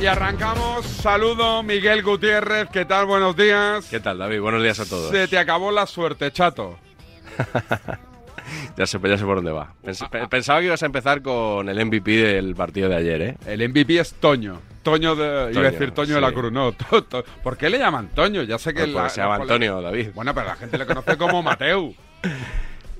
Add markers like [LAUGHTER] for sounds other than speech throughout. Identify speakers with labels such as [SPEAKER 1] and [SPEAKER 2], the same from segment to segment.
[SPEAKER 1] Y arrancamos. Saludo Miguel Gutiérrez. ¿Qué tal? Buenos días.
[SPEAKER 2] ¿Qué tal, David? Buenos días a todos.
[SPEAKER 1] Se te acabó la suerte, chato.
[SPEAKER 2] ya, sé, ya sé por dónde va. Pens- pe- Pensaba que ibas a empezar con el MVP del partido de ayer, ¿eh?
[SPEAKER 1] El MVP es Toño. Toño de. iba
[SPEAKER 2] Toño,
[SPEAKER 1] a decir Toño de la
[SPEAKER 2] sí. Pues
[SPEAKER 1] Cruz. No, [LAUGHS] to- to- ¿por qué le llaman Toño? Ya sé que.
[SPEAKER 2] Porque
[SPEAKER 1] la-
[SPEAKER 2] se llama
[SPEAKER 1] la-
[SPEAKER 2] Antonio, David.
[SPEAKER 1] Bueno, pero la gente le
[SPEAKER 2] [LAUGHS]
[SPEAKER 1] conoce como Mateu.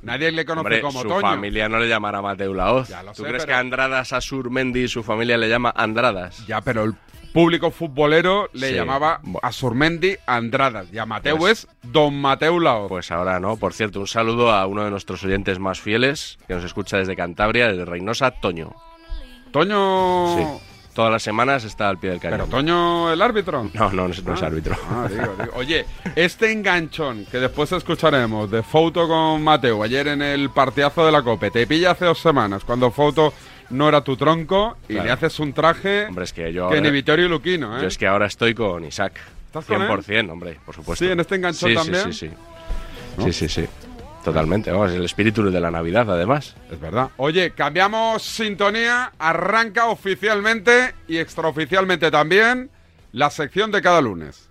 [SPEAKER 1] Nadie le conoce
[SPEAKER 2] Hombre,
[SPEAKER 1] como
[SPEAKER 2] su
[SPEAKER 1] Toño.
[SPEAKER 2] familia no le llamará Mateu Laoz.
[SPEAKER 1] Ya lo
[SPEAKER 2] ¿Tú
[SPEAKER 1] sé,
[SPEAKER 2] crees
[SPEAKER 1] pero-
[SPEAKER 2] que Andradas a Surmendi y su familia le llama Andradas?
[SPEAKER 1] Ya, pero el público futbolero le
[SPEAKER 2] Sí.
[SPEAKER 1] llamaba a Surmendi Andradas. Y a Mateu
[SPEAKER 2] Pues-
[SPEAKER 1] es Don Mateu Laoz.
[SPEAKER 2] Pues ahora no. Por cierto, un saludo a uno de nuestros oyentes más fieles, que nos escucha desde Cantabria, desde Reynosa, Toño.
[SPEAKER 1] Toño.
[SPEAKER 2] Sí. Todas las semanas está al pie del cañón.
[SPEAKER 1] Pero Toño, el árbitro.
[SPEAKER 2] No, no, no es, no es
[SPEAKER 1] Ah.
[SPEAKER 2] árbitro.
[SPEAKER 1] Ah, digo,
[SPEAKER 2] [LAUGHS]
[SPEAKER 1] digo. Oye, este enganchón que después escucharemos de Fouto con Mateo ayer en el partidazo de la COPE, te pilla hace dos semanas cuando Fouto no era tu tronco y
[SPEAKER 2] Claro.
[SPEAKER 1] le haces un traje
[SPEAKER 2] Hombre, es que yo
[SPEAKER 1] que ni
[SPEAKER 2] ahora-
[SPEAKER 1] Vittorio Luquino, ¿eh?
[SPEAKER 2] Yo es que ahora estoy con Isaac.
[SPEAKER 1] ¿Estás con él?
[SPEAKER 2] 100%, hombre, por supuesto.
[SPEAKER 1] Sí, en este enganchón
[SPEAKER 2] Sí, sí,
[SPEAKER 1] también.
[SPEAKER 2] Sí, sí, sí. Sí, sí, sí. Totalmente, vamos, es el espíritu de la Navidad, además.
[SPEAKER 1] Es verdad. Oye, cambiamos sintonía, arranca oficialmente y extraoficialmente también la sección de cada lunes.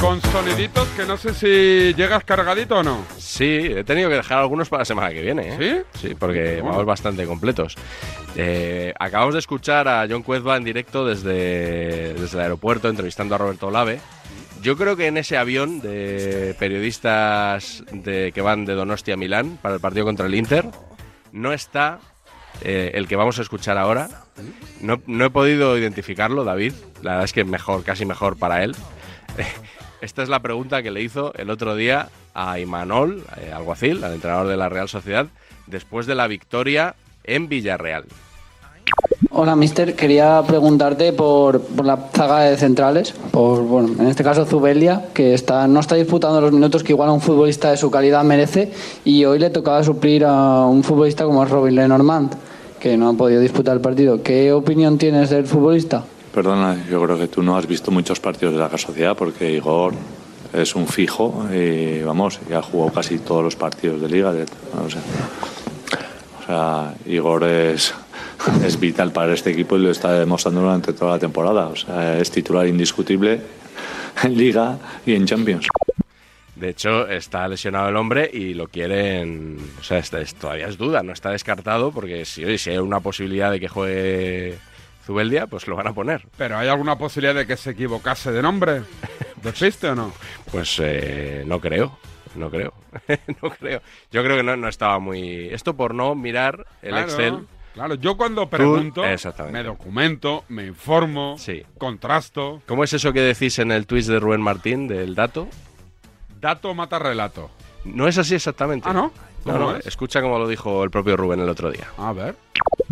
[SPEAKER 1] Con soniditos que no sé si llegas cargadito o no.
[SPEAKER 2] Sí, he tenido que dejar algunos para la semana que viene, ¿eh? ¿Sí? porque
[SPEAKER 1] Bueno.
[SPEAKER 2] vamos bastante completos. Eh, acabamos de escuchar a John Cuezba en directo desde, desde el aeropuerto, entrevistando a Roberto Olave. Yo creo que en ese avión de periodistas de, que van de Donostia a Milán para el partido contra el Inter, no está eh, el que vamos a escuchar ahora. No, no he podido identificarlo, David. La verdad es que mejor, casi mejor para él. Esta es la pregunta que le hizo el otro día a Imanol eh, Alguacil, al entrenador de la Real Sociedad, después de la victoria en Villarreal.
[SPEAKER 3] Hola, mister. Quería preguntarte por, por la zaga de centrales, por, bueno, en este caso Zubelia, que está, no está disputando los minutos que igual a un futbolista de su calidad merece y hoy le tocaba suplir a un futbolista como es Robin Lenormand, que no ha podido disputar el partido. ¿Qué opinión tienes del futbolista?
[SPEAKER 4] Perdona, yo creo que tú no has visto muchos partidos de la Sociedad porque Igor es un fijo y vamos, ya ha jugado casi todos los partidos de Liga. de- o, sea, o sea, Igor es, es vital para este equipo y lo está demostrando durante toda la temporada. O sea, es titular indiscutible en Liga y en Champions.
[SPEAKER 2] De hecho, está lesionado el hombre y lo quieren. O sea, está- es- todavía es duda, no está descartado, porque si, oye, si hay una posibilidad de que juegue Zubeldia, pues lo van a poner.
[SPEAKER 1] ¿Pero hay alguna posibilidad de que se equivocase de nombre? ¿Despiste o no?
[SPEAKER 2] Pues eh, no creo. No creo, [LAUGHS] no creo. Yo creo que no, no estaba muy. Esto por no mirar el
[SPEAKER 1] Claro,
[SPEAKER 2] Excel.
[SPEAKER 1] Claro, yo cuando pregunto,
[SPEAKER 2] exactamente.
[SPEAKER 1] me documento, me informo,
[SPEAKER 2] Sí.
[SPEAKER 1] contrasto.
[SPEAKER 2] ¿Cómo es eso que decís en el twist de Rubén Martín del dato?
[SPEAKER 1] Dato mata relato.
[SPEAKER 2] No es así exactamente.
[SPEAKER 1] Ah, ¿no?
[SPEAKER 2] No,
[SPEAKER 1] ¿Cómo
[SPEAKER 2] no,
[SPEAKER 1] es?
[SPEAKER 2] escucha como lo dijo el propio Rubén el otro día.
[SPEAKER 1] A ver.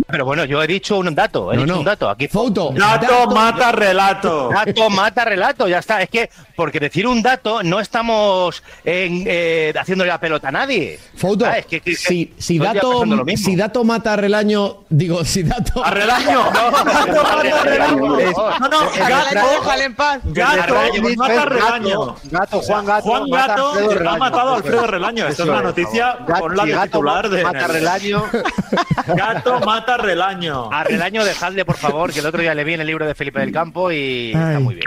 [SPEAKER 5] Pero bueno, yo he dicho un dato, he
[SPEAKER 6] Pues
[SPEAKER 7] No,
[SPEAKER 5] dicho
[SPEAKER 7] no.
[SPEAKER 5] un dato. Aquí
[SPEAKER 7] Foto.
[SPEAKER 8] Dato mata relato.
[SPEAKER 5] dato mata relato, ya está. Es que porque decir un dato no estamos en, eh, haciéndole la pelota a nadie.
[SPEAKER 7] Foto.
[SPEAKER 5] Ah, es que- que-
[SPEAKER 7] si,
[SPEAKER 5] que
[SPEAKER 7] si
[SPEAKER 5] estoy
[SPEAKER 7] dato,
[SPEAKER 5] pensando lo mismo.
[SPEAKER 7] si dato mata a Relaño, digo, si dato. [LAUGHS]
[SPEAKER 8] Arrelaño. Dato mata relato.
[SPEAKER 5] Es-
[SPEAKER 8] No, no, gato.
[SPEAKER 9] en paz.
[SPEAKER 8] Gato mata relaño.
[SPEAKER 10] Gato, Juan Gato.
[SPEAKER 8] Juan
[SPEAKER 10] mata a
[SPEAKER 8] Gato
[SPEAKER 10] Alfredo
[SPEAKER 8] ha
[SPEAKER 10] Relaño.
[SPEAKER 8] matado a Alfredo Relaño. Esta es la noticia
[SPEAKER 10] Gato-
[SPEAKER 8] con la
[SPEAKER 10] si Gato
[SPEAKER 8] titular de.
[SPEAKER 10] Mata a Relaño.
[SPEAKER 8] [LAUGHS] Gato mata relaño.
[SPEAKER 5] A Relaño, dejadle, por favor, que el otro día le vi en el libro de Felipe del Campo y está
[SPEAKER 7] Ay.
[SPEAKER 5] muy bien.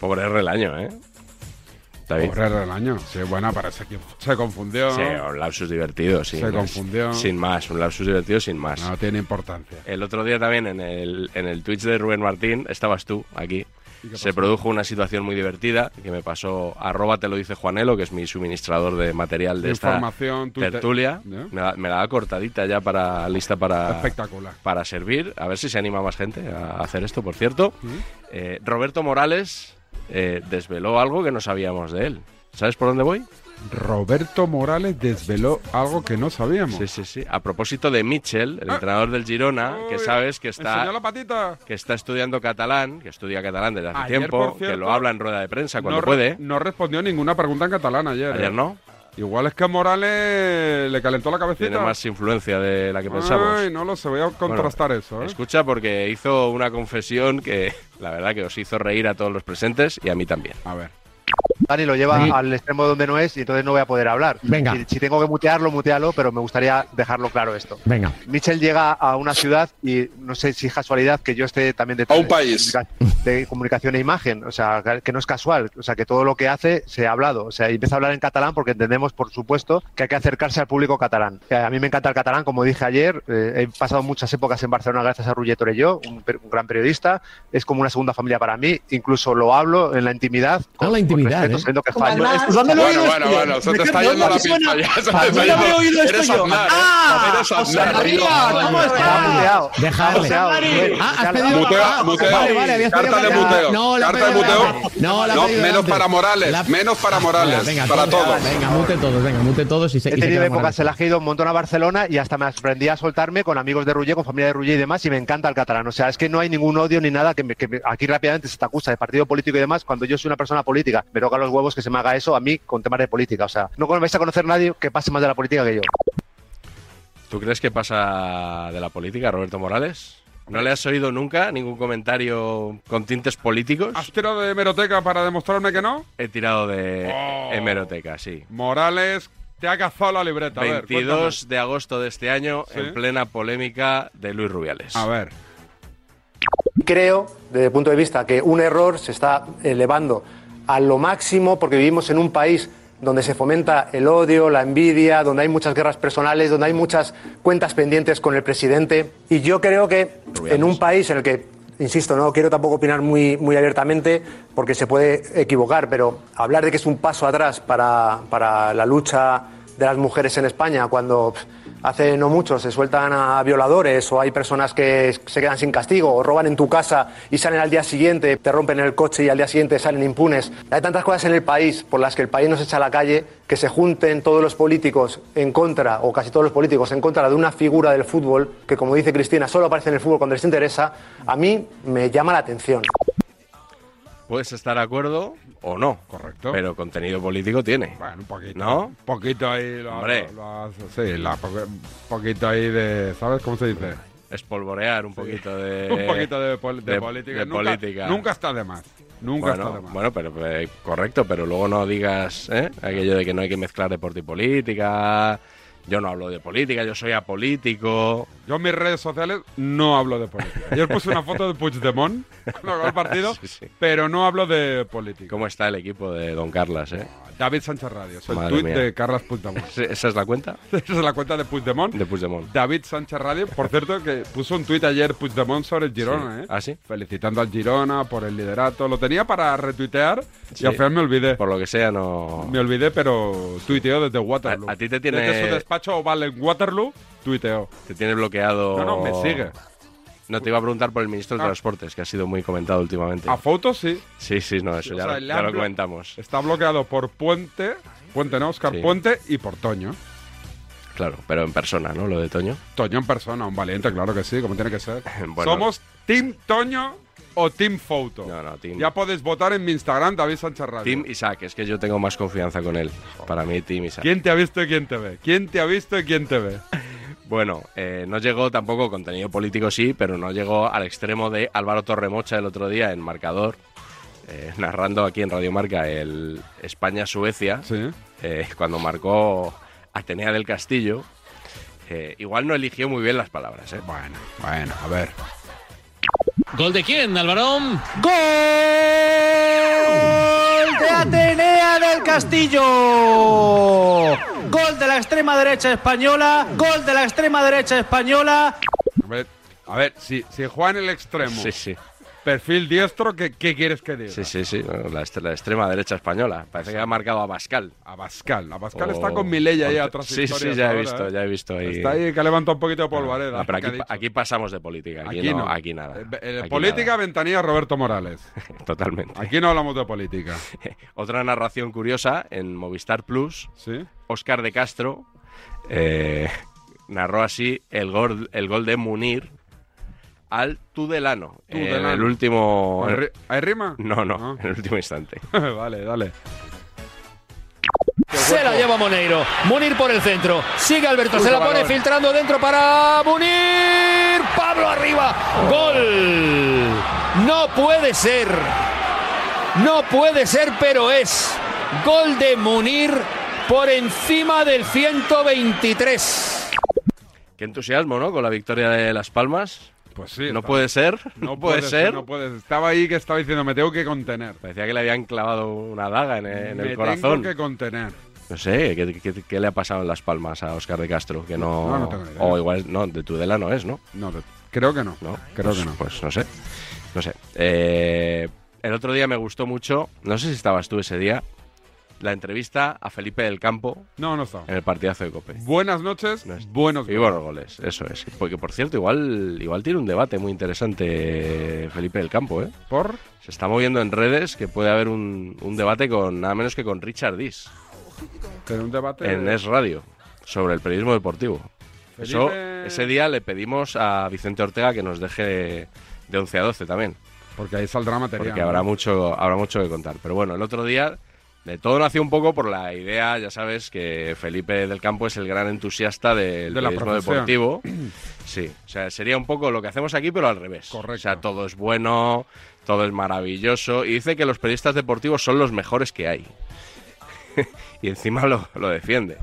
[SPEAKER 2] Pobre Relaño, ¿eh? Está bien.
[SPEAKER 1] Pobre del año. Sí, bueno, parece que se confundió.
[SPEAKER 2] Sí, un lapsus divertido, sí.
[SPEAKER 1] Se confundió.
[SPEAKER 2] Sin más, un lapsus divertido sin más.
[SPEAKER 1] No tiene importancia.
[SPEAKER 2] El otro día también en el, en el Twitch de Rubén Martín, estabas tú aquí,
[SPEAKER 1] ¿Y qué
[SPEAKER 2] se
[SPEAKER 1] pasó?
[SPEAKER 2] produjo una situación muy divertida que me pasó, arroba te lo dice Juanelo, que es mi suministrador de material de esta
[SPEAKER 1] Información, ¿Eh? Twitter-
[SPEAKER 2] tertulia.
[SPEAKER 1] ¿no?
[SPEAKER 2] Me, la, me la da cortadita ya para lista para,
[SPEAKER 1] Espectacular.
[SPEAKER 2] para servir. A ver si se anima más gente a hacer esto, por cierto. Eh, Roberto Morales eh, desveló algo que no sabíamos de él. ¿Sabes por dónde voy?
[SPEAKER 1] Roberto Morales desveló algo que no sabíamos.
[SPEAKER 2] Sí, sí, sí. A propósito de Mitchell, el
[SPEAKER 1] Ah.
[SPEAKER 2] entrenador del Girona, que
[SPEAKER 1] Uy,
[SPEAKER 2] sabes que
[SPEAKER 1] enseñó la
[SPEAKER 2] está,
[SPEAKER 1] patita.
[SPEAKER 2] que está estudiando catalán, que estudia catalán desde hace
[SPEAKER 1] Ayer,
[SPEAKER 2] tiempo,
[SPEAKER 1] por cierto,
[SPEAKER 2] que lo habla en rueda de prensa cuando
[SPEAKER 1] no, re-
[SPEAKER 2] puede. ¿eh?
[SPEAKER 1] no respondió ninguna pregunta en catalán ayer.
[SPEAKER 2] Ayer
[SPEAKER 1] ¿eh?
[SPEAKER 2] no.
[SPEAKER 1] Igual es que a Morales le calentó la cabecita.
[SPEAKER 2] Tiene más influencia de la que pensamos.
[SPEAKER 1] Ay, no lo sé, voy a contrastar
[SPEAKER 2] Bueno,
[SPEAKER 1] eso. ¿eh?
[SPEAKER 2] Escucha porque hizo una confesión que la verdad que os hizo reír a todos los presentes y a mí también.
[SPEAKER 1] A ver.
[SPEAKER 9] Dani lo lleva
[SPEAKER 7] Sí.
[SPEAKER 9] al extremo donde no es y entonces no voy a poder hablar.
[SPEAKER 7] Venga.
[SPEAKER 9] Si, si tengo que mutearlo, mutealo, pero me gustaría dejarlo claro esto.
[SPEAKER 7] Venga.
[SPEAKER 9] Mitchell llega a una ciudad y no sé si es casualidad que yo esté también de,
[SPEAKER 10] A un país.
[SPEAKER 9] de comunicación e imagen, o sea, que no es casual, o sea, que todo lo que hace se ha hablado, o sea, y empieza a hablar en catalán porque entendemos, por supuesto, que hay que acercarse al público catalán. Eh, A mí me encanta el catalán, como dije ayer, eh, he pasado muchas épocas en Barcelona gracias a Roger Torelló, un, per- un gran periodista, es como una segunda familia para mí, incluso lo hablo en la intimidad.
[SPEAKER 7] Ah, la intimidad, ¿eh?
[SPEAKER 9] respeto, sabiendo que
[SPEAKER 11] Como
[SPEAKER 9] fallo.
[SPEAKER 11] además-
[SPEAKER 12] Pues,
[SPEAKER 8] Excusándolo
[SPEAKER 10] Bueno,
[SPEAKER 8] oído
[SPEAKER 10] bueno,
[SPEAKER 8] esto.
[SPEAKER 10] bueno, se te está
[SPEAKER 8] ¿Dónde
[SPEAKER 10] yendo la
[SPEAKER 8] me suena?
[SPEAKER 10] pinza. Ya se te
[SPEAKER 8] ¿Dónde
[SPEAKER 10] está
[SPEAKER 8] me
[SPEAKER 10] yendo.
[SPEAKER 8] he oído esto
[SPEAKER 10] Eres
[SPEAKER 8] yo?
[SPEAKER 10] Aznar, ¿eh?
[SPEAKER 8] Ah,
[SPEAKER 10] Eres
[SPEAKER 8] José
[SPEAKER 10] Aznar,
[SPEAKER 8] María,
[SPEAKER 10] Rico.
[SPEAKER 8] ¿cómo
[SPEAKER 9] Está muteado.
[SPEAKER 8] estás?
[SPEAKER 7] Dejarle.
[SPEAKER 9] Está muteado.
[SPEAKER 8] Mari.
[SPEAKER 7] Ah, has
[SPEAKER 9] Déjala.
[SPEAKER 7] pedido.
[SPEAKER 1] Muteo,
[SPEAKER 7] ah,
[SPEAKER 1] muteo.
[SPEAKER 7] Vale, vale, habías pedido
[SPEAKER 1] Carta de
[SPEAKER 7] para-
[SPEAKER 1] muteo.
[SPEAKER 7] No, la has
[SPEAKER 1] Carta de
[SPEAKER 7] pedido
[SPEAKER 1] muteo.
[SPEAKER 7] para- No, la has
[SPEAKER 1] No,
[SPEAKER 7] pedido
[SPEAKER 1] menos
[SPEAKER 7] antes.
[SPEAKER 1] para Morales,
[SPEAKER 7] La-
[SPEAKER 1] menos para
[SPEAKER 7] Ah,
[SPEAKER 1] Morales, para
[SPEAKER 7] corta,
[SPEAKER 1] todos.
[SPEAKER 7] Venga, mute todos, venga, mute todos y se
[SPEAKER 9] He
[SPEAKER 7] y se
[SPEAKER 9] tenido
[SPEAKER 7] queda
[SPEAKER 9] épocas
[SPEAKER 7] Morales.
[SPEAKER 9] en las que he ido un montón a Barcelona y hasta me aprendí a soltarme con amigos de Rullé, con familia de Rullé y demás, y me encanta el catalán. O sea, es que no hay ningún odio ni nada que, me- que me- aquí rápidamente se te acusa de partido político y demás. Cuando yo soy una persona política, me toca los huevos que se me haga eso a mí con temas de política. O sea, no vais a conocer nadie que pase más de la política que yo.
[SPEAKER 2] ¿Tú crees que pasa de la política, Roberto Morales? ¿No le has oído nunca ningún comentario con tintes políticos?
[SPEAKER 1] ¿Has tirado de hemeroteca para demostrarme que no?
[SPEAKER 2] He tirado de
[SPEAKER 1] Oh.
[SPEAKER 2] hemeroteca, sí.
[SPEAKER 1] Morales, te ha cazado la libreta. A ver,
[SPEAKER 2] 22 de agosto de este año,
[SPEAKER 1] Sí.
[SPEAKER 2] en plena polémica de Luis Rubiales.
[SPEAKER 1] cuéntame. A ver.
[SPEAKER 13] Creo, desde el punto de vista, que un error se está elevando a lo máximo porque vivimos en un país donde se fomenta el odio, la envidia, donde hay muchas guerras personales, donde hay muchas cuentas pendientes con el presidente. Y yo creo que en un país en el que, insisto, no quiero tampoco opinar muy, muy abiertamente porque se puede equivocar, pero hablar de que es un paso atrás para, para la lucha de las mujeres en España cuando pff, Hace no mucho se sueltan a violadores o hay personas que se quedan sin castigo o roban en tu casa y salen al día siguiente, te rompen el coche y al día siguiente salen impunes. Hay tantas cosas en el país por las que el país nos echa a la calle que se junten todos los políticos en contra o casi todos los políticos en contra de una figura del fútbol que, como dice Cristina, solo aparece en el fútbol cuando les interesa, a mí me llama la atención.
[SPEAKER 2] Puedes estar de acuerdo o no,
[SPEAKER 1] Correcto.
[SPEAKER 2] pero contenido político tiene.
[SPEAKER 1] Bueno, un poquito.
[SPEAKER 2] ¿No?
[SPEAKER 1] Un poquito ahí. Lo,
[SPEAKER 2] Hombre.
[SPEAKER 1] lo- lo has- sí, la, po- poquito ahí de. ¿Sabes cómo se dice?
[SPEAKER 2] Espolvorear
[SPEAKER 1] [LAUGHS]
[SPEAKER 2] un poquito de...
[SPEAKER 1] un poquito de, pol- de
[SPEAKER 2] Eh, de-
[SPEAKER 1] política.
[SPEAKER 2] de
[SPEAKER 1] nunca,
[SPEAKER 2] política.
[SPEAKER 1] nunca está de más. Nunca está de
[SPEAKER 2] Bueno,
[SPEAKER 1] más.
[SPEAKER 2] bueno, pero eh, correcto, pero luego no digas ¿eh? aquello de que no hay que mezclar deporte y política. Yo no hablo de política, yo soy apolítico.
[SPEAKER 1] Yo en mis redes sociales no hablo de política. Ayer puse una foto de
[SPEAKER 2] [LAUGHS]
[SPEAKER 1] Puigdemont cuando acabó el partido,
[SPEAKER 2] Sí, sí.
[SPEAKER 1] pero no hablo de política.
[SPEAKER 2] ¿Cómo está el equipo de Don Carlas? eh?
[SPEAKER 1] David Sánchez Radio, es el
[SPEAKER 2] Madre
[SPEAKER 1] tuit
[SPEAKER 2] mía.
[SPEAKER 1] de Carlas Puigdemont.
[SPEAKER 2] ¿Ese- ¿Esa es la cuenta
[SPEAKER 1] Esa es la cuenta [LAUGHS] de Puigdemont.
[SPEAKER 2] de Puigdemont?
[SPEAKER 1] David Sánchez Radio, por cierto, que puso un tuit ayer Puigdemont sobre el Girona,
[SPEAKER 2] Sí.
[SPEAKER 1] ¿eh?
[SPEAKER 2] ¿Ah, sí?
[SPEAKER 1] Felicitando al Girona por el liderato. Lo tenía para retuitear y
[SPEAKER 2] Sí.
[SPEAKER 1] al final me olvidé.
[SPEAKER 2] Por lo que sea, no...
[SPEAKER 1] Me olvidé, pero tuiteó desde Waterloo.
[SPEAKER 2] A- a ti te tiene-
[SPEAKER 1] Desde su despacho oval en Waterloo, tuiteó.
[SPEAKER 2] Te tiene bloqueado...
[SPEAKER 1] No, no, me sigue.
[SPEAKER 2] Oh. No, te iba a preguntar por el ministro de
[SPEAKER 1] Ah.
[SPEAKER 2] Transportes, que ha sido muy comentado últimamente.
[SPEAKER 1] A fotos sí.
[SPEAKER 2] Sí, sí, no, eso
[SPEAKER 1] O
[SPEAKER 2] ya,
[SPEAKER 1] sea,
[SPEAKER 2] lo-
[SPEAKER 1] le
[SPEAKER 2] ya
[SPEAKER 1] han
[SPEAKER 2] lo
[SPEAKER 1] blo-
[SPEAKER 2] comentamos.
[SPEAKER 1] Está bloqueado por Puente, Puente no, Oscar
[SPEAKER 2] Sí.
[SPEAKER 1] Puente y por Toño.
[SPEAKER 2] Claro, pero en persona, ¿no? Lo de Toño.
[SPEAKER 1] Toño en persona, un valiente, claro que sí, como tiene que ser.
[SPEAKER 2] [LAUGHS] Bueno.
[SPEAKER 1] ¿Somos Team Toño o Team Foto?
[SPEAKER 2] No, no, Team,
[SPEAKER 1] Ya podéis votar en mi Instagram, David Sánchez Radio.
[SPEAKER 2] team Isaac, es que yo tengo más confianza con él. Para mí, Team Isaac.
[SPEAKER 1] ¿Quién te ha visto y quién te ve? ¿Quién te ha visto y quién te ve?
[SPEAKER 2] [LAUGHS] Bueno, eh, no llegó tampoco contenido político, sí, pero no llegó al extremo de Álvaro Torremocha el otro día en Marcador, eh, [LAUGHS] narrando aquí en Radio Marca el España-Suecia,
[SPEAKER 1] Sí.
[SPEAKER 2] eh, cuando marcó Atenea del Castillo. Eh, igual no eligió muy bien las palabras, ¿eh?
[SPEAKER 1] Bueno, bueno, a ver.
[SPEAKER 11] ¿Gol de quién, Alvarón?
[SPEAKER 5] ¡Gol de Atenea del Castillo! Gol de la extrema derecha española, gol de la extrema derecha española.
[SPEAKER 1] A ver, a ver, si, si juega en el extremo,
[SPEAKER 2] Sí, sí,
[SPEAKER 1] perfil diestro, ¿qué, qué quieres que diga?
[SPEAKER 2] sí, sí, sí, no, la, est- la extrema derecha española. Parece que ha marcado a Pascal.
[SPEAKER 1] Abascal. Abascal está con Milei ahí atrás.
[SPEAKER 2] Sí, sí,
[SPEAKER 1] historias
[SPEAKER 2] ya he
[SPEAKER 1] ahora,
[SPEAKER 2] visto,
[SPEAKER 1] ¿eh?
[SPEAKER 2] ya he visto ahí.
[SPEAKER 1] Está ahí que levanta un poquito de polvareda.
[SPEAKER 2] Ah, pero
[SPEAKER 1] ¿qué ha
[SPEAKER 2] aquí,
[SPEAKER 1] dicho?
[SPEAKER 2] aquí pasamos de política, aquí, no, aquí nada.
[SPEAKER 1] Eh, eh,
[SPEAKER 2] aquí
[SPEAKER 1] política, ventanilla, Roberto Morales.
[SPEAKER 2] nada. [LAUGHS] Totalmente.
[SPEAKER 1] Aquí no hablamos de política.
[SPEAKER 2] [LAUGHS] Otra narración curiosa en Movistar Plus,
[SPEAKER 1] ¿Sí?
[SPEAKER 2] Óscar de Castro eh, narró así el gol, el gol de Munir al Tudelano,
[SPEAKER 1] Tudelano.
[SPEAKER 2] en el último...
[SPEAKER 1] ¿Hay ri- ¿Hay rima? Ah.
[SPEAKER 2] No, no,
[SPEAKER 1] No. [LAUGHS]
[SPEAKER 2] [LAUGHS] en el último instante.
[SPEAKER 1] vale, dale.
[SPEAKER 10] Se la lleva Moneiro. Munir por el centro. Sigue Alberto. Se la pone filtrando dentro para Munir. Pablo arriba. Gol. No puede ser. No puede ser, pero es. Gol de Munir por encima del 123.
[SPEAKER 2] Qué entusiasmo, ¿no? Con la victoria de Las Palmas.
[SPEAKER 1] Pues sí.
[SPEAKER 2] No puede ser. No [LAUGHS] puede ser.
[SPEAKER 1] No puede. Estaba ahí que estaba diciendo, me tengo que contener.
[SPEAKER 2] Parecía que le habían clavado una daga en el, en el
[SPEAKER 1] me
[SPEAKER 2] corazón.
[SPEAKER 1] tengo que contener.
[SPEAKER 2] No sé, ¿qué, qué, qué le ha pasado en Las Palmas a Oscar de Castro? Que no.
[SPEAKER 1] No, no tengo ni idea.
[SPEAKER 2] O igual, no, de Tudela no es, ¿no?
[SPEAKER 1] No, creo que no. creo
[SPEAKER 2] pues,
[SPEAKER 1] que no.
[SPEAKER 2] Pues no sé. No sé. Eh, el otro día me gustó mucho, no sé si estabas tú ese día, la entrevista a Felipe del Campo
[SPEAKER 1] No, no estaba.
[SPEAKER 2] en el partidazo de Cope.
[SPEAKER 1] Buenas noches, buenos
[SPEAKER 2] Y buenos goles, eso es. Porque, por cierto, igual, igual tiene un debate muy interesante Felipe del Campo, ¿eh?
[SPEAKER 1] ¿Por?
[SPEAKER 2] Se está moviendo en redes que puede haber un, un debate con nada menos que con Richard Dis
[SPEAKER 1] Pero un debate.
[SPEAKER 2] en Es Radio sobre el periodismo deportivo.
[SPEAKER 1] Felipe-
[SPEAKER 2] Eso, ese día le pedimos a Vicente Ortega que nos deje de 11 a 12 también.
[SPEAKER 1] Porque ahí saldrá material.
[SPEAKER 2] Porque habrá
[SPEAKER 1] ¿no?
[SPEAKER 2] mucho, habrá mucho que contar. Pero bueno, el otro día de todo nació un poco por la idea, ya sabes, que Felipe del Campo es el gran entusiasta del
[SPEAKER 1] De la
[SPEAKER 2] periodismo
[SPEAKER 1] profesión.
[SPEAKER 2] deportivo. Sí, o sea, sería un poco lo que hacemos aquí, pero al revés. Correcto. O sea, todo es bueno, todo es maravilloso. Y dice que los periodistas deportivos son los mejores que hay. [LAUGHS] y encima lo, lo defiende.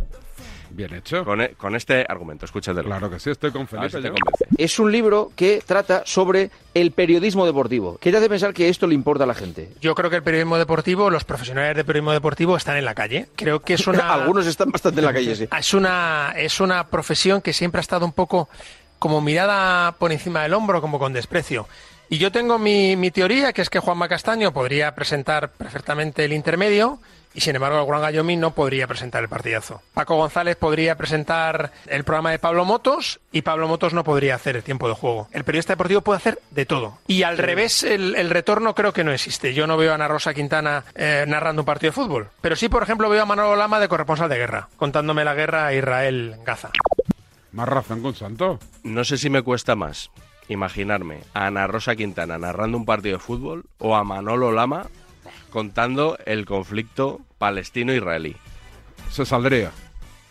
[SPEAKER 1] Bien hecho.
[SPEAKER 2] Con, e- con este argumento, escúchatelo.
[SPEAKER 1] Claro que sí, estoy con Felipe.
[SPEAKER 2] si te
[SPEAKER 1] yo.
[SPEAKER 2] convence.
[SPEAKER 14] Es un libro que trata sobre el periodismo deportivo. ¿Qué te hace pensar que esto le importa a la gente?
[SPEAKER 15] Yo creo que el periodismo deportivo, los profesionales de periodismo deportivo están en la calle. Creo que es una.
[SPEAKER 14] [LAUGHS] [LAUGHS] Algunos están bastante en la calle, sí.
[SPEAKER 15] Es una, es una profesión que siempre ha estado un poco como mirada por encima del hombro, como con desprecio. Y yo tengo mi, mi teoría, que es que Juanma Castaño podría presentar perfectamente el intermedio y, sin embargo, el Gran Gallomín no podría presentar el partidazo. Paco González podría presentar el programa de Pablo Motos y Pablo Motos no podría hacer el tiempo de juego. El periodista deportivo puede hacer de todo. Y al
[SPEAKER 6] Sí.
[SPEAKER 15] revés, el, el retorno creo que no existe. Yo no veo a Ana Rosa Quintana eh, narrando un partido de fútbol. Pero sí, por ejemplo, veo a Manolo Lama de corresponsal de guerra, contándome la guerra a Israel-Gaza.
[SPEAKER 1] Más razón con Santo.
[SPEAKER 2] No sé si me cuesta más imaginarme a Ana Rosa Quintana narrando un partido de fútbol o a Manolo Lama contando el conflicto palestino-israelí.
[SPEAKER 1] Se saldría.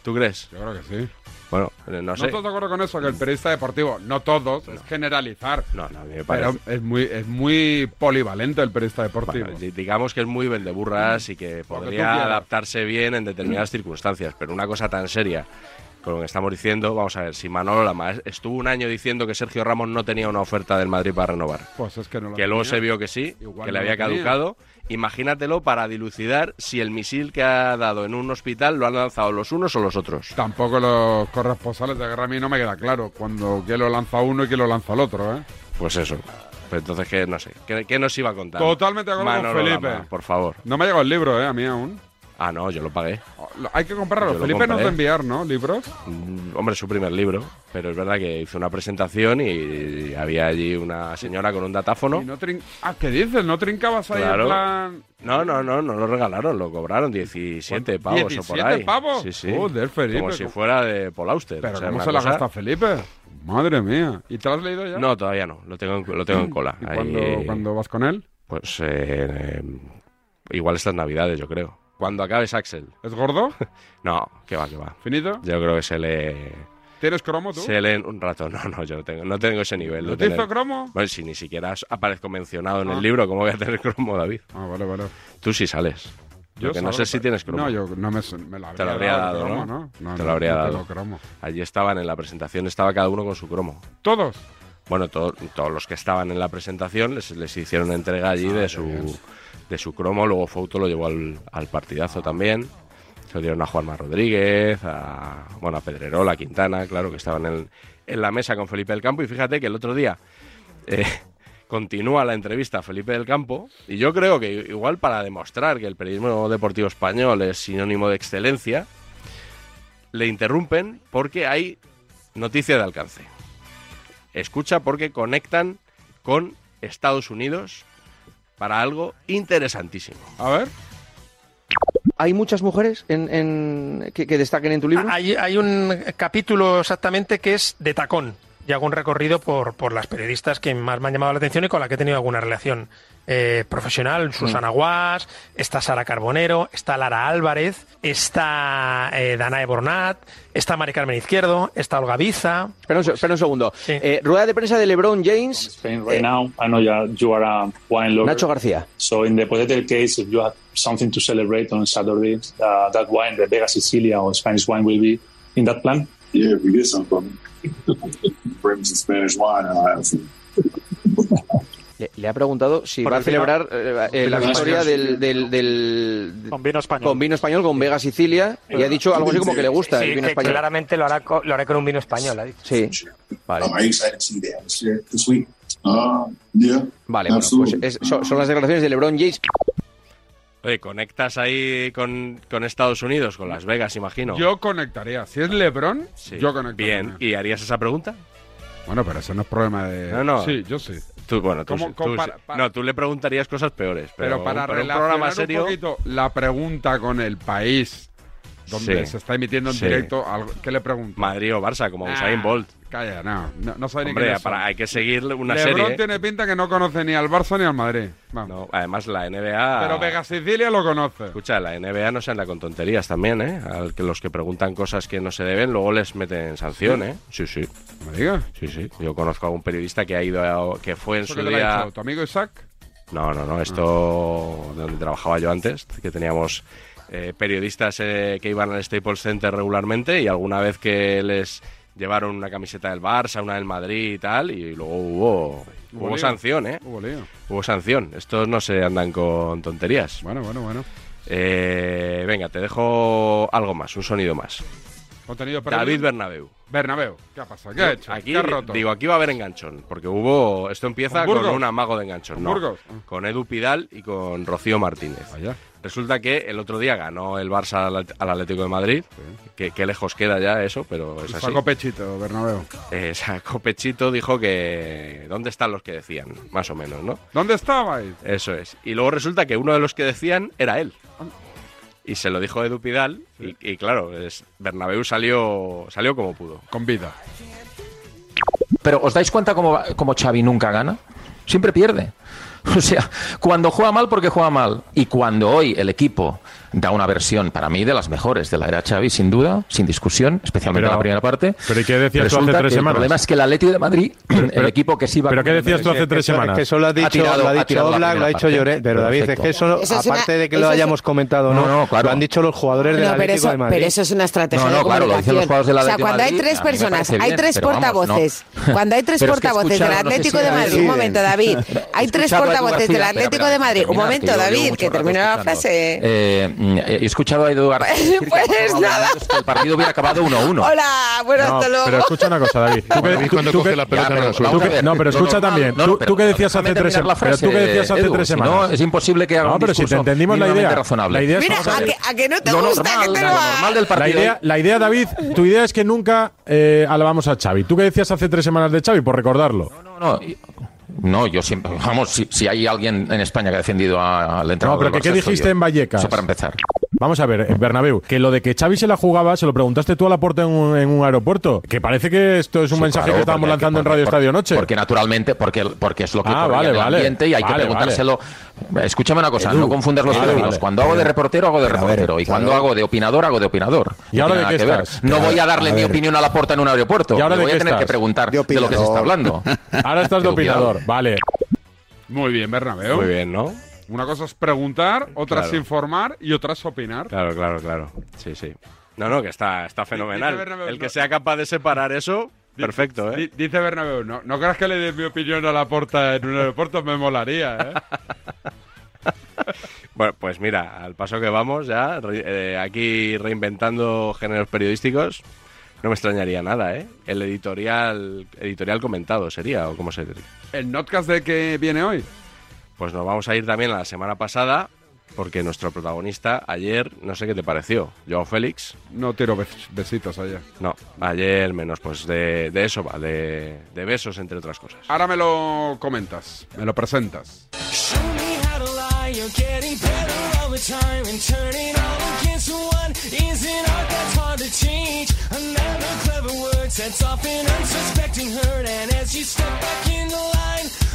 [SPEAKER 2] ¿Tú crees?
[SPEAKER 1] Yo creo que sí.
[SPEAKER 2] Bueno, eh, no sé.
[SPEAKER 1] todos de acuerdo con eso, que el periodista deportivo, no todos, es generalizar.
[SPEAKER 2] No, no, a mí me
[SPEAKER 1] Pero
[SPEAKER 2] parece.
[SPEAKER 1] es muy, es muy polivalente el periodista deportivo.
[SPEAKER 2] Bueno, di- digamos que es muy vendeburras y que
[SPEAKER 1] tú
[SPEAKER 2] podría
[SPEAKER 1] quieras.
[SPEAKER 2] adaptarse bien en determinadas circunstancias, pero una cosa tan seria con lo que estamos diciendo, vamos a ver, si Manolo Lama es- estuvo un año diciendo que Sergio Ramos no tenía una oferta del Madrid para renovar,
[SPEAKER 1] Pues es que no lo
[SPEAKER 2] que luego
[SPEAKER 1] tenía.
[SPEAKER 2] se vio que sí,
[SPEAKER 1] Igual no
[SPEAKER 2] que le
[SPEAKER 1] lo
[SPEAKER 2] había
[SPEAKER 1] tenía.
[SPEAKER 2] caducado. Imagínatelo para dilucidar si el misil que ha dado en un hospital lo han lanzado los unos o los otros.
[SPEAKER 1] Tampoco los corresponsales de guerra a mí no me queda claro cuando que lo lanza uno y que lo lanza el otro, ¿eh?
[SPEAKER 2] Pues eso. Pues entonces, que no sé. ¿Qué, qué nos iba a contar?
[SPEAKER 1] Totalmente de acuerdo con
[SPEAKER 2] Manolo
[SPEAKER 1] Felipe.
[SPEAKER 2] Lama, por favor.
[SPEAKER 1] No me ha llegado el libro, ¿eh? A mí aún.
[SPEAKER 2] Ah, no, yo lo pagué.
[SPEAKER 1] Lo- Hay que comprarlo.
[SPEAKER 2] Yo lo
[SPEAKER 1] Felipe nos
[SPEAKER 2] compré.
[SPEAKER 1] va a enviar, ¿no? Libros.
[SPEAKER 2] Mm, Hombre, es su primer libro, pero es verdad que hizo una presentación y había allí una señora con un datáfono.
[SPEAKER 1] Y no trin- Ah, ¿qué dices? ¿No trincabas ahí
[SPEAKER 2] Claro.
[SPEAKER 1] en plan...?
[SPEAKER 2] No, no, no, no lo regalaron, lo cobraron 17 pavos o por
[SPEAKER 1] 17
[SPEAKER 2] ahí.
[SPEAKER 1] pavos?
[SPEAKER 2] Sí, sí.
[SPEAKER 1] Joder, Felipe,
[SPEAKER 2] Como si
[SPEAKER 1] ¿cómo-
[SPEAKER 2] fuera de Paul Auster.
[SPEAKER 1] ¿Pero
[SPEAKER 2] o sea,
[SPEAKER 1] cómo
[SPEAKER 2] una
[SPEAKER 1] se la
[SPEAKER 2] cosa-
[SPEAKER 1] gasta Felipe? Madre mía. ¿Y te lo has leído ya?
[SPEAKER 2] No, todavía no, lo tengo en, lo tengo en cola.
[SPEAKER 1] [CLEARS THROAT] ¿Y
[SPEAKER 2] Ahí-
[SPEAKER 1] cuándo, cuándo vas con él?
[SPEAKER 2] Pues eh, eh, igual estas navidades, yo creo. Cuando acabes Axel.
[SPEAKER 1] ¿Es gordo?
[SPEAKER 2] No, que va, que va.
[SPEAKER 1] ¿Finito?
[SPEAKER 2] Yo creo que se le...
[SPEAKER 1] ¿Tienes cromo tú?
[SPEAKER 2] Se leen un rato. No, no, yo no tengo, no tengo ese nivel.
[SPEAKER 1] ¿No
[SPEAKER 2] de
[SPEAKER 1] te hizo
[SPEAKER 2] tener-
[SPEAKER 1] cromo?
[SPEAKER 2] Bueno, si ni siquiera as- aparezco mencionado en
[SPEAKER 1] Ah.
[SPEAKER 2] el libro, ¿cómo voy a tener cromo, David?
[SPEAKER 1] Ah, vale, vale.
[SPEAKER 2] Tú sí sales.
[SPEAKER 1] Yo
[SPEAKER 2] Porque no
[SPEAKER 1] salgo,
[SPEAKER 2] sé si
[SPEAKER 1] pero-
[SPEAKER 2] tienes cromo.
[SPEAKER 1] No, yo no me, me lo habría,
[SPEAKER 2] Te lo habría dado,
[SPEAKER 1] el cromo,
[SPEAKER 2] ¿no?
[SPEAKER 1] No,
[SPEAKER 2] Te
[SPEAKER 1] no,
[SPEAKER 2] lo habría
[SPEAKER 1] no tengo
[SPEAKER 2] dado.
[SPEAKER 1] cromo.
[SPEAKER 2] Allí estaban en la presentación, estaba cada uno con su cromo.
[SPEAKER 1] ¿Todos?
[SPEAKER 2] Bueno, to- todos los que estaban en la presentación les, les hicieron entrega allí de su de su cromo, luego Fouto lo llevó al, al partidazo también. Se lo dieron a Juanma Rodríguez, a, bueno, a Pedrerola, a Quintana, claro, que estaban en, en la mesa con Felipe del Campo. Y fíjate que el otro día eh, [LAUGHS] continúa la entrevista a Felipe del Campo. Y yo creo que igual para demostrar que el periodismo deportivo español es sinónimo de excelencia, le interrumpen porque hay noticia de alcance. Escucha porque conectan con Estados Unidos para algo interesantísimo.
[SPEAKER 1] A ver.
[SPEAKER 14] ¿Hay muchas mujeres en,
[SPEAKER 2] Ah,
[SPEAKER 15] Ah,
[SPEAKER 14] en- que, que destaquen en tu libro?
[SPEAKER 15] Hay, hay un capítulo exactamente que es de tacón. y hago un recorrido por, por las periodistas que más me han llamado la atención y con las que he tenido alguna relación eh,
[SPEAKER 14] Mm.
[SPEAKER 15] profesional. Susana Guas, está Sara Carbonero, está Lara Álvarez, está eh, Danae Bornat, está Mari Carmen Izquierdo, está Olga Biza.
[SPEAKER 14] Espera un, se- espera un segundo. Eh, rueda de prensa de LeBron James. eh,
[SPEAKER 6] Right now, I know you are, you are a wine lover.
[SPEAKER 14] Nacho García.
[SPEAKER 6] So, in the hypothetical case, if you have something to celebrate on Saturday, uh, that wine, the Vega Sicilia or Spanish wine, will be in that plan.
[SPEAKER 16] Yeah, if we get [LAUGHS] something, bring me some Spanish wine and I'll have some.
[SPEAKER 14] Le, le ha preguntado si
[SPEAKER 16] Por
[SPEAKER 14] va a
[SPEAKER 16] el vino-
[SPEAKER 14] celebrar eh, eh, la
[SPEAKER 16] vino
[SPEAKER 14] victoria
[SPEAKER 16] español.
[SPEAKER 14] del, del, del-
[SPEAKER 17] Con vino español.
[SPEAKER 14] con vino español con Vega Sicilia y ha dicho algo así como que le gusta
[SPEAKER 17] Sí,
[SPEAKER 14] el vino
[SPEAKER 17] que
[SPEAKER 14] español.
[SPEAKER 17] claramente lo hará, co- lo hará con un vino español. ha dicho.
[SPEAKER 14] Sí. Vale.
[SPEAKER 16] I'm excited to see that shit this week. Uh, yeah.
[SPEAKER 14] Vale, bueno, pues
[SPEAKER 16] Absolutely.
[SPEAKER 14] es- son, son las declaraciones de LeBron James.
[SPEAKER 2] Oye, conectas ahí con, con Estados Unidos, con Las Vegas, imagino.
[SPEAKER 1] Yo conectaría. Si es LeBron,
[SPEAKER 2] Sí.
[SPEAKER 1] yo conectaría.
[SPEAKER 2] Bien, ¿y harías esa pregunta?
[SPEAKER 1] Bueno, pero eso no es problema de.
[SPEAKER 2] No, no.
[SPEAKER 1] Eh, Sí, yo sí.
[SPEAKER 2] Tú, bueno, tú,
[SPEAKER 1] Como-
[SPEAKER 2] sí,
[SPEAKER 1] como
[SPEAKER 2] tú
[SPEAKER 1] para-
[SPEAKER 2] sí. No, tú le preguntarías cosas peores. Pero,
[SPEAKER 1] Pero, para
[SPEAKER 2] un
[SPEAKER 1] relacionar
[SPEAKER 2] programa
[SPEAKER 1] un
[SPEAKER 2] serio.
[SPEAKER 1] poquito la pregunta con el país donde
[SPEAKER 2] Sí.
[SPEAKER 1] se está emitiendo en
[SPEAKER 2] Sí.
[SPEAKER 1] directo, algo- ¿qué le pregunto?
[SPEAKER 2] Madrid o Barça, como
[SPEAKER 1] Ah,
[SPEAKER 2] Usain Bolt.
[SPEAKER 1] Calla, no. No, no sabe
[SPEAKER 2] Hombre,
[SPEAKER 1] ni qué
[SPEAKER 2] para- hay que seguir una
[SPEAKER 1] LeBron
[SPEAKER 2] serie. ¿eh?
[SPEAKER 1] tiene pinta que no conoce ni al Barça ni al Madrid. Vamos.
[SPEAKER 2] No, además, la NBA.
[SPEAKER 1] Pero Vega Sicilia lo conoce.
[SPEAKER 2] Escucha, la NBA no se anda con tonterías también, ¿eh? Al que los que preguntan cosas que no se deben, luego les meten sanción,
[SPEAKER 1] Sí.
[SPEAKER 2] ¿eh? Sí, sí.
[SPEAKER 1] ¿Me digas?
[SPEAKER 2] Sí, sí. Yo conozco a un periodista que ha ido, a- que fue en
[SPEAKER 1] ¿Eso
[SPEAKER 2] su
[SPEAKER 1] que te lo ha
[SPEAKER 2] día.
[SPEAKER 1] dicho Ah. ¿Tu amigo Isaac?
[SPEAKER 2] No, no, no. Esto de donde trabajaba yo antes, que teníamos eh, periodistas eh, que iban al Staples Center regularmente y alguna vez que les llevaron una camiseta del Barça, una del Madrid y tal, y luego hubo, hubo,
[SPEAKER 1] lío.
[SPEAKER 2] sanción, ¿eh?
[SPEAKER 1] Hubo lío.
[SPEAKER 2] Hubo sanción. Estos no se andan con tonterías.
[SPEAKER 1] Bueno, bueno, bueno.
[SPEAKER 2] Eh, venga, te dejo algo más, un sonido más.
[SPEAKER 1] Contenido para
[SPEAKER 2] David Bernabeu.
[SPEAKER 1] Bernabeu. ¿Qué ha pasado? ¿Qué ha hecho?
[SPEAKER 2] Aquí,
[SPEAKER 1] ¿Qué ha roto?
[SPEAKER 2] digo, aquí va a haber enganchón, porque hubo. Esto empieza
[SPEAKER 1] ¿Con
[SPEAKER 2] con,
[SPEAKER 1] Burgos?
[SPEAKER 2] un amago de enganchón,
[SPEAKER 1] ¿Con
[SPEAKER 2] ¿no?
[SPEAKER 1] Burgos? Ah.
[SPEAKER 2] Con Edu Pidal y con Rocío Martínez. Resulta que el otro día ganó el Barça al, al Atlético de Madrid. Que, que lejos queda ya eso, pero es así.
[SPEAKER 1] Pues Saco pechito, Bernabeu.
[SPEAKER 2] Eh, Saco Pechito dijo que. ¿Dónde están los que decían? Más o menos, ¿no?
[SPEAKER 1] ¿Dónde estabais?
[SPEAKER 2] Eso es. Y luego resulta que uno de los que decían era él. Y se lo dijo Edu Pidal. Y, y claro, es, Bernabéu salió, salió como pudo.
[SPEAKER 1] Con vida.
[SPEAKER 18] Pero ¿os dais cuenta cómo, va- cómo Xavi nunca gana? Siempre pierde. [LAUGHS] O sea, cuando juega mal porque juega mal. Y cuando hoy el equipo da una versión, para mí, de las mejores de la era Xavi, sin duda, sin discusión, especialmente
[SPEAKER 19] Pero-
[SPEAKER 18] la primera parte.
[SPEAKER 19] pero ¿y qué decías tú hace
[SPEAKER 18] resulta
[SPEAKER 19] tres
[SPEAKER 18] que
[SPEAKER 19] semanas?
[SPEAKER 18] El problema es que el Atlético
[SPEAKER 19] [COUGHS]
[SPEAKER 18] de Madrid, el equipo que sí va...
[SPEAKER 19] pero ¿qué decías tú hace tres semanas?
[SPEAKER 18] Que solo ha dicho,
[SPEAKER 19] lo ha dicho
[SPEAKER 18] Oblak,
[SPEAKER 19] lo ha dicho
[SPEAKER 18] Lloré,
[SPEAKER 19] Llorente, pero David, es que eso-
[SPEAKER 20] Eso es una- aparte de que lo eso es- hayamos
[SPEAKER 18] comentado, no, no, claro.
[SPEAKER 19] han dicho los jugadores
[SPEAKER 20] No, pero eso, pero eso es una estrategia
[SPEAKER 18] No, no,
[SPEAKER 20] de
[SPEAKER 18] claro, lo dicen
[SPEAKER 20] comunicación.
[SPEAKER 18] los jugadores del
[SPEAKER 20] o sea,
[SPEAKER 18] Atlético de
[SPEAKER 20] cuando hay
[SPEAKER 18] Madrid,
[SPEAKER 20] tres
[SPEAKER 18] a mí me
[SPEAKER 20] personas,
[SPEAKER 18] parece
[SPEAKER 20] hay
[SPEAKER 18] bien,
[SPEAKER 20] tres
[SPEAKER 18] pero vamos, [LAUGHS]
[SPEAKER 20] portavoces.
[SPEAKER 18] no.
[SPEAKER 20] Cuando hay tres
[SPEAKER 18] Pero es que
[SPEAKER 20] portavoces del
[SPEAKER 18] escuchar, no sé
[SPEAKER 20] Atlético
[SPEAKER 18] si
[SPEAKER 20] de
[SPEAKER 18] era
[SPEAKER 20] Madrid, un
[SPEAKER 18] deciden.
[SPEAKER 20] momento, David. Hay tres
[SPEAKER 18] Escuchaba tú,
[SPEAKER 20] portavoces
[SPEAKER 18] García,
[SPEAKER 20] del
[SPEAKER 18] espera,
[SPEAKER 20] Atlético
[SPEAKER 18] espera,
[SPEAKER 20] de Madrid. Un
[SPEAKER 18] terminar, que
[SPEAKER 20] momento,
[SPEAKER 18] yo llevo
[SPEAKER 20] David,
[SPEAKER 18] mucho
[SPEAKER 20] que
[SPEAKER 18] rato
[SPEAKER 20] terminó la
[SPEAKER 18] escuchando.
[SPEAKER 20] frase.
[SPEAKER 18] Eh, mm, eh, he escuchado a Eduardo decir
[SPEAKER 20] [LAUGHS] Pues
[SPEAKER 18] que en
[SPEAKER 20] nada.
[SPEAKER 18] momentos que el partido hubiera acabado 1-1.
[SPEAKER 20] Hola, bueno, hasta luego.
[SPEAKER 19] pero escucha una cosa, David. Tú que- tú- tú que-
[SPEAKER 18] Ya, pero
[SPEAKER 19] tú
[SPEAKER 18] vamos a
[SPEAKER 19] que-
[SPEAKER 18] ver.
[SPEAKER 19] No, pero escucha también. Tú tú que decías hace
[SPEAKER 18] déjame
[SPEAKER 19] tres
[SPEAKER 18] terminar la
[SPEAKER 19] semanas. Pero tú que
[SPEAKER 18] frase,
[SPEAKER 19] decías hace
[SPEAKER 18] Edu,
[SPEAKER 19] tres
[SPEAKER 18] si no,
[SPEAKER 19] semanas.
[SPEAKER 18] es imposible que haga
[SPEAKER 19] No,
[SPEAKER 18] un
[SPEAKER 19] pero si te
[SPEAKER 18] discurso
[SPEAKER 19] entendimos la idea.
[SPEAKER 18] mínimamente razonable.
[SPEAKER 19] La idea es-
[SPEAKER 20] Mira,
[SPEAKER 19] vamos a
[SPEAKER 20] a
[SPEAKER 19] ver.
[SPEAKER 20] que, a que no te
[SPEAKER 18] Lo
[SPEAKER 20] gusta que te lo haga.
[SPEAKER 19] La
[SPEAKER 18] partido.
[SPEAKER 19] idea, la idea, David, tu idea es que nunca eh, alabamos a Xavi. ¿Tú qué decías hace tres semanas de Xavi? Por recordarlo.
[SPEAKER 18] No, no, y- no, yo siempre. Vamos, si, si hay alguien en España que ha defendido a- al
[SPEAKER 19] No,
[SPEAKER 18] entrenador.
[SPEAKER 19] pero que
[SPEAKER 18] del
[SPEAKER 19] ¿qué
[SPEAKER 18] Barça, soy
[SPEAKER 19] dijiste
[SPEAKER 18] yo.
[SPEAKER 19] en Vallecas?
[SPEAKER 18] Eso para empezar.
[SPEAKER 19] Vamos a ver, eh, Bernabéu, que lo de que Xavi se la jugaba, se lo preguntaste tú a la puerta en un, en un aeropuerto. Que parece que esto es un
[SPEAKER 18] Sí,
[SPEAKER 19] mensaje
[SPEAKER 18] claro,
[SPEAKER 19] que estábamos
[SPEAKER 18] porque-
[SPEAKER 19] lanzando en
[SPEAKER 18] porque-
[SPEAKER 19] Radio
[SPEAKER 18] porque-
[SPEAKER 19] Estadio Noche.
[SPEAKER 18] Porque naturalmente, porque, porque es lo que
[SPEAKER 19] Ah,
[SPEAKER 18] corre
[SPEAKER 19] vale,
[SPEAKER 18] en el
[SPEAKER 19] vale.
[SPEAKER 18] ambiente y hay que
[SPEAKER 19] Vale,
[SPEAKER 18] preguntárselo. Escúchame una cosa,
[SPEAKER 19] Edu,
[SPEAKER 18] no confundas los
[SPEAKER 19] vale,
[SPEAKER 18] términos.
[SPEAKER 19] vale.
[SPEAKER 18] Cuando hago de reportero, hago de reportero. y cuando hago de opinador, hago de opinador.
[SPEAKER 19] ¿Y
[SPEAKER 18] No
[SPEAKER 19] ahora
[SPEAKER 18] tiene
[SPEAKER 19] de qué
[SPEAKER 18] nada que ver.
[SPEAKER 19] estás?
[SPEAKER 18] No
[SPEAKER 19] Pero,
[SPEAKER 18] voy a darle
[SPEAKER 19] a
[SPEAKER 18] mi
[SPEAKER 19] ver.
[SPEAKER 18] opinión a la puerta en un aeropuerto.
[SPEAKER 19] ¿Y ahora
[SPEAKER 18] Le
[SPEAKER 19] de
[SPEAKER 18] voy
[SPEAKER 19] qué
[SPEAKER 18] a tener que
[SPEAKER 19] estás?
[SPEAKER 18] preguntar
[SPEAKER 19] De
[SPEAKER 18] de, lo que se
[SPEAKER 19] [LAUGHS]
[SPEAKER 18] está hablando.
[SPEAKER 19] Ahora estás de
[SPEAKER 18] Edu,
[SPEAKER 19] opinador, vale.
[SPEAKER 1] Muy bien, Bernabeu.
[SPEAKER 2] Muy bien, ¿no?
[SPEAKER 1] Una cosa es preguntar, otra es
[SPEAKER 2] Claro.
[SPEAKER 1] informar y otra es opinar.
[SPEAKER 2] Claro, claro, claro. Sí, sí. No, no, que está, está fenomenal.
[SPEAKER 1] Dice Bernabéu,
[SPEAKER 2] El que
[SPEAKER 1] no-
[SPEAKER 2] sea capaz de separar eso, perfecto, ¿eh?
[SPEAKER 1] Di- Dice Bernabeu, no, no creas que le des mi opinión a la puerta en un aeropuerto, me molaría, ¿eh?
[SPEAKER 2] Bueno, pues mira, al paso que vamos ya, re- eh, aquí reinventando géneros periodísticos, no me extrañaría nada, ¿eh? El editorial, editorial comentado sería, o cómo se diría.
[SPEAKER 1] ¿El notcast de que viene hoy?
[SPEAKER 2] Pues nos vamos a ir también a la semana pasada, porque nuestro protagonista ayer, no sé qué te pareció, Joao Félix.
[SPEAKER 1] No tiro bes- besitos allá.
[SPEAKER 2] No, ayer menos, pues de, de eso va, de, de besos, entre otras cosas.
[SPEAKER 1] [LAUGHS] Ahora me lo comentas, me lo presentas.
[SPEAKER 12] Another clever word sets off an unsuspecting herd, and as you step back in the line,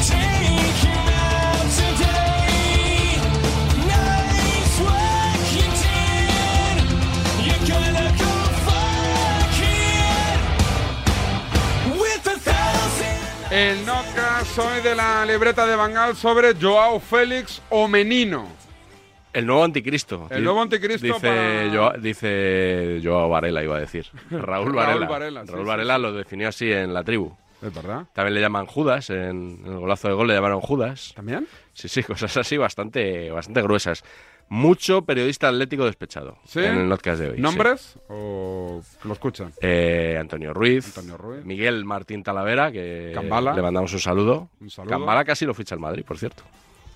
[SPEAKER 12] take him out today. Nice work you did. You're gonna go far here with a thousand.
[SPEAKER 1] El Noca soy de la libreta de Bangal sobre Joao Félix o Menino.
[SPEAKER 2] El nuevo anticristo.
[SPEAKER 1] El nuevo anticristo
[SPEAKER 2] Dice,
[SPEAKER 1] para-
[SPEAKER 2] Joa- dice Joao Varela, iba
[SPEAKER 1] [LAUGHS]
[SPEAKER 2] a decir.
[SPEAKER 1] Raúl
[SPEAKER 2] Raúl Varela.
[SPEAKER 1] Varela, sí,
[SPEAKER 2] Raúl
[SPEAKER 1] sí,
[SPEAKER 2] Varela
[SPEAKER 1] sí.
[SPEAKER 2] lo definió así en la tribu.
[SPEAKER 1] ¿Es verdad?
[SPEAKER 2] También le llaman Judas, en el golazo de gol le llamaron Judas.
[SPEAKER 1] ¿También?
[SPEAKER 2] Sí, sí, [LAUGHS] cosas así bastante, bastante gruesas. Mucho periodista atlético despechado
[SPEAKER 1] ¿Sí?
[SPEAKER 2] en el podcast de hoy. sí.
[SPEAKER 1] ¿Nombres? ¿O lo escuchan?
[SPEAKER 2] Eh, Antonio Ruiz,
[SPEAKER 1] Antonio Ruiz.
[SPEAKER 2] Miguel Martín Talavera, que
[SPEAKER 1] Cambala.
[SPEAKER 2] Eh, le mandamos un saludo.
[SPEAKER 1] Un saludo.
[SPEAKER 2] Cambala casi lo ficha el Madrid, por cierto.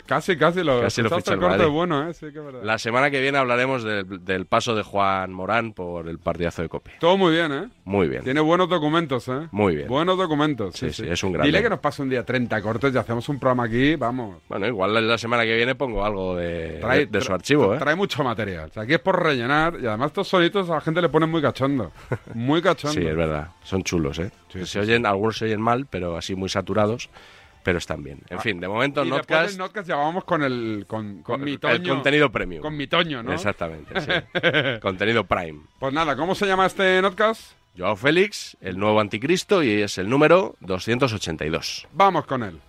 [SPEAKER 1] Casi, casi lo,
[SPEAKER 2] Casi lo
[SPEAKER 1] escuchaste
[SPEAKER 2] ficha
[SPEAKER 1] el
[SPEAKER 2] el
[SPEAKER 1] corte
[SPEAKER 2] Madrid.
[SPEAKER 1] bueno, ¿eh? Sí, que es verdad.
[SPEAKER 2] La semana que viene hablaremos del, del paso de Juan Morán por el partidazo de Cope.
[SPEAKER 1] Todo muy bien, ¿eh?
[SPEAKER 2] Muy bien,
[SPEAKER 1] Tiene buenos documentos, ¿eh?
[SPEAKER 2] muy bien.
[SPEAKER 1] Buenos documentos.
[SPEAKER 2] Sí, sí, es un grande.
[SPEAKER 1] Dile que nos pasa un día 30 cortes y hacemos un programa aquí, vamos.
[SPEAKER 2] Bueno, igual la- la semana que viene pongo algo de,
[SPEAKER 1] Trae-
[SPEAKER 2] de- de su
[SPEAKER 1] tra-
[SPEAKER 2] archivo, ¿eh?
[SPEAKER 1] Trae mucho material. O sea, aquí es por rellenar y además estos sonitos a la gente le ponen muy cachondo. Muy cachondo.
[SPEAKER 2] Sí, es verdad. Son chulos, ¿eh? se oyen, algunos se oyen mal, pero así muy saturados, pero están bien. En fin, de momento,
[SPEAKER 1] y después
[SPEAKER 2] Notcast,
[SPEAKER 1] del Notcast ya vamos con el con, Ah, con
[SPEAKER 2] con-
[SPEAKER 1] mi
[SPEAKER 2] el
[SPEAKER 1] Toño.
[SPEAKER 2] contenido premium.
[SPEAKER 1] Con mi Toño, ¿no? [LAUGHS]
[SPEAKER 2] Exactamente, sí. contenido prime.
[SPEAKER 1] Pues nada, ¿cómo se llama este Notcast?
[SPEAKER 2] Joao Félix, el nuevo anticristo, y es el número 282.
[SPEAKER 1] Vamos con él.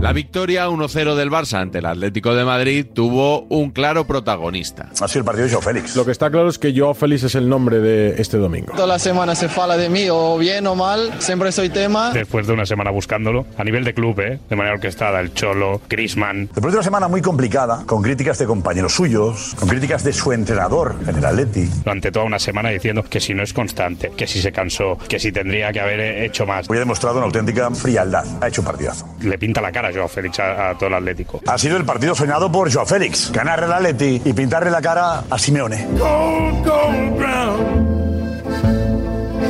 [SPEAKER 21] La victoria 1-0 del Barça ante el Atlético de Madrid tuvo un claro protagonista. Ha sido el partido de Joao Félix.
[SPEAKER 19] Lo que está claro es que Joao Félix es el nombre de este domingo.
[SPEAKER 3] Toda la semana se fala de mí, o bien o mal, siempre soy tema.
[SPEAKER 22] después de una semana buscándolo, a nivel de club, ¿eh? de manera orquestada, el Cholo, Grisman.
[SPEAKER 23] Después de una semana muy complicada, con críticas de compañeros suyos, con críticas de su entrenador en el Atleti.
[SPEAKER 22] Durante toda una semana diciendo que si no es constante, que si se cansó, que si tendría que haber eh, hecho más.
[SPEAKER 23] Hoy ha demostrado una auténtica frialdad. Ha hecho un partidazo.
[SPEAKER 22] Le pinta la cara a Joao Félix a, a todo el Atlético.
[SPEAKER 23] Ha sido el partido soñado por Joao Félix. Ganar el Atleti y pintarle la cara a Simeone.
[SPEAKER 12] Cold, cold brown.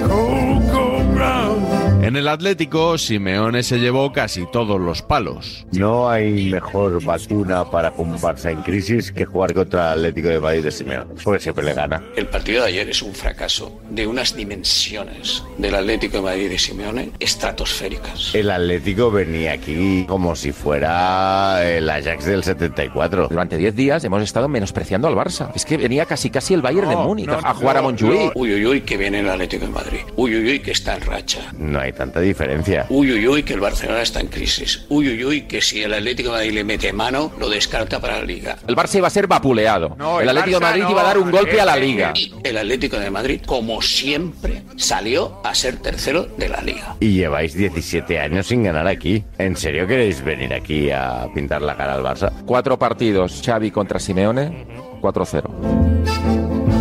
[SPEAKER 12] Cold, cold brown.
[SPEAKER 21] En el Atlético, Simeone se llevó casi todos los palos.
[SPEAKER 24] No hay mejor vacuna para un Barça en crisis que jugar contra el Atlético de Madrid de Simeone, porque siempre le gana.
[SPEAKER 25] El partido de ayer es un fracaso de unas dimensiones del Atlético de Madrid de Simeone estratosféricas.
[SPEAKER 24] El Atlético venía aquí como si fuera el Ajax del 74.
[SPEAKER 18] Durante 10 días hemos estado menospreciando al Barça. Es que venía casi casi el Bayern de Múnich a jugar a Montjuic.
[SPEAKER 25] Uy, uy, uy, que viene el Atlético de Madrid. Uy, uy, uy, que está en racha.
[SPEAKER 24] No hay tanta diferencia.
[SPEAKER 25] Uy, uy, uy, que el Barcelona está en crisis. Uy, uy, uy, que si el Atlético de Madrid le mete mano, lo descarta para la Liga.
[SPEAKER 18] El Barça iba a ser vapuleado. el Atlético de Madrid iba a dar un golpe a la liga.
[SPEAKER 25] Y el Atlético de Madrid, como siempre, salió a ser tercero de la Liga.
[SPEAKER 24] Y lleváis 17 años sin ganar aquí. ¿En serio queréis venir aquí a pintar la cara al Barça?
[SPEAKER 18] Cuatro partidos, Xavi contra Simeone, 4-0.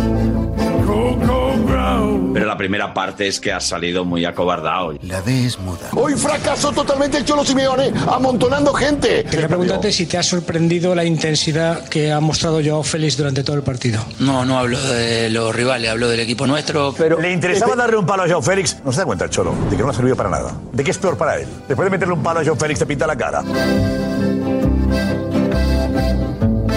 [SPEAKER 26] Pero la primera parte es que ha salido muy acobardado.
[SPEAKER 27] La D es muda.
[SPEAKER 28] Hoy fracasó totalmente el Cholo Simeone, amontonando gente.
[SPEAKER 29] Quería preguntarte si te ha sorprendido la intensidad que ha mostrado Joao Félix durante todo el partido. No, no hablo de Eh, los rivales, hablo del equipo nuestro. Pero
[SPEAKER 23] Le interesaba darle un palo a Joao Félix. No se da cuenta el Cholo de que no le ha servido para nada. De que es peor para él. Después de meterle un palo a Joao Félix, te pinta la cara.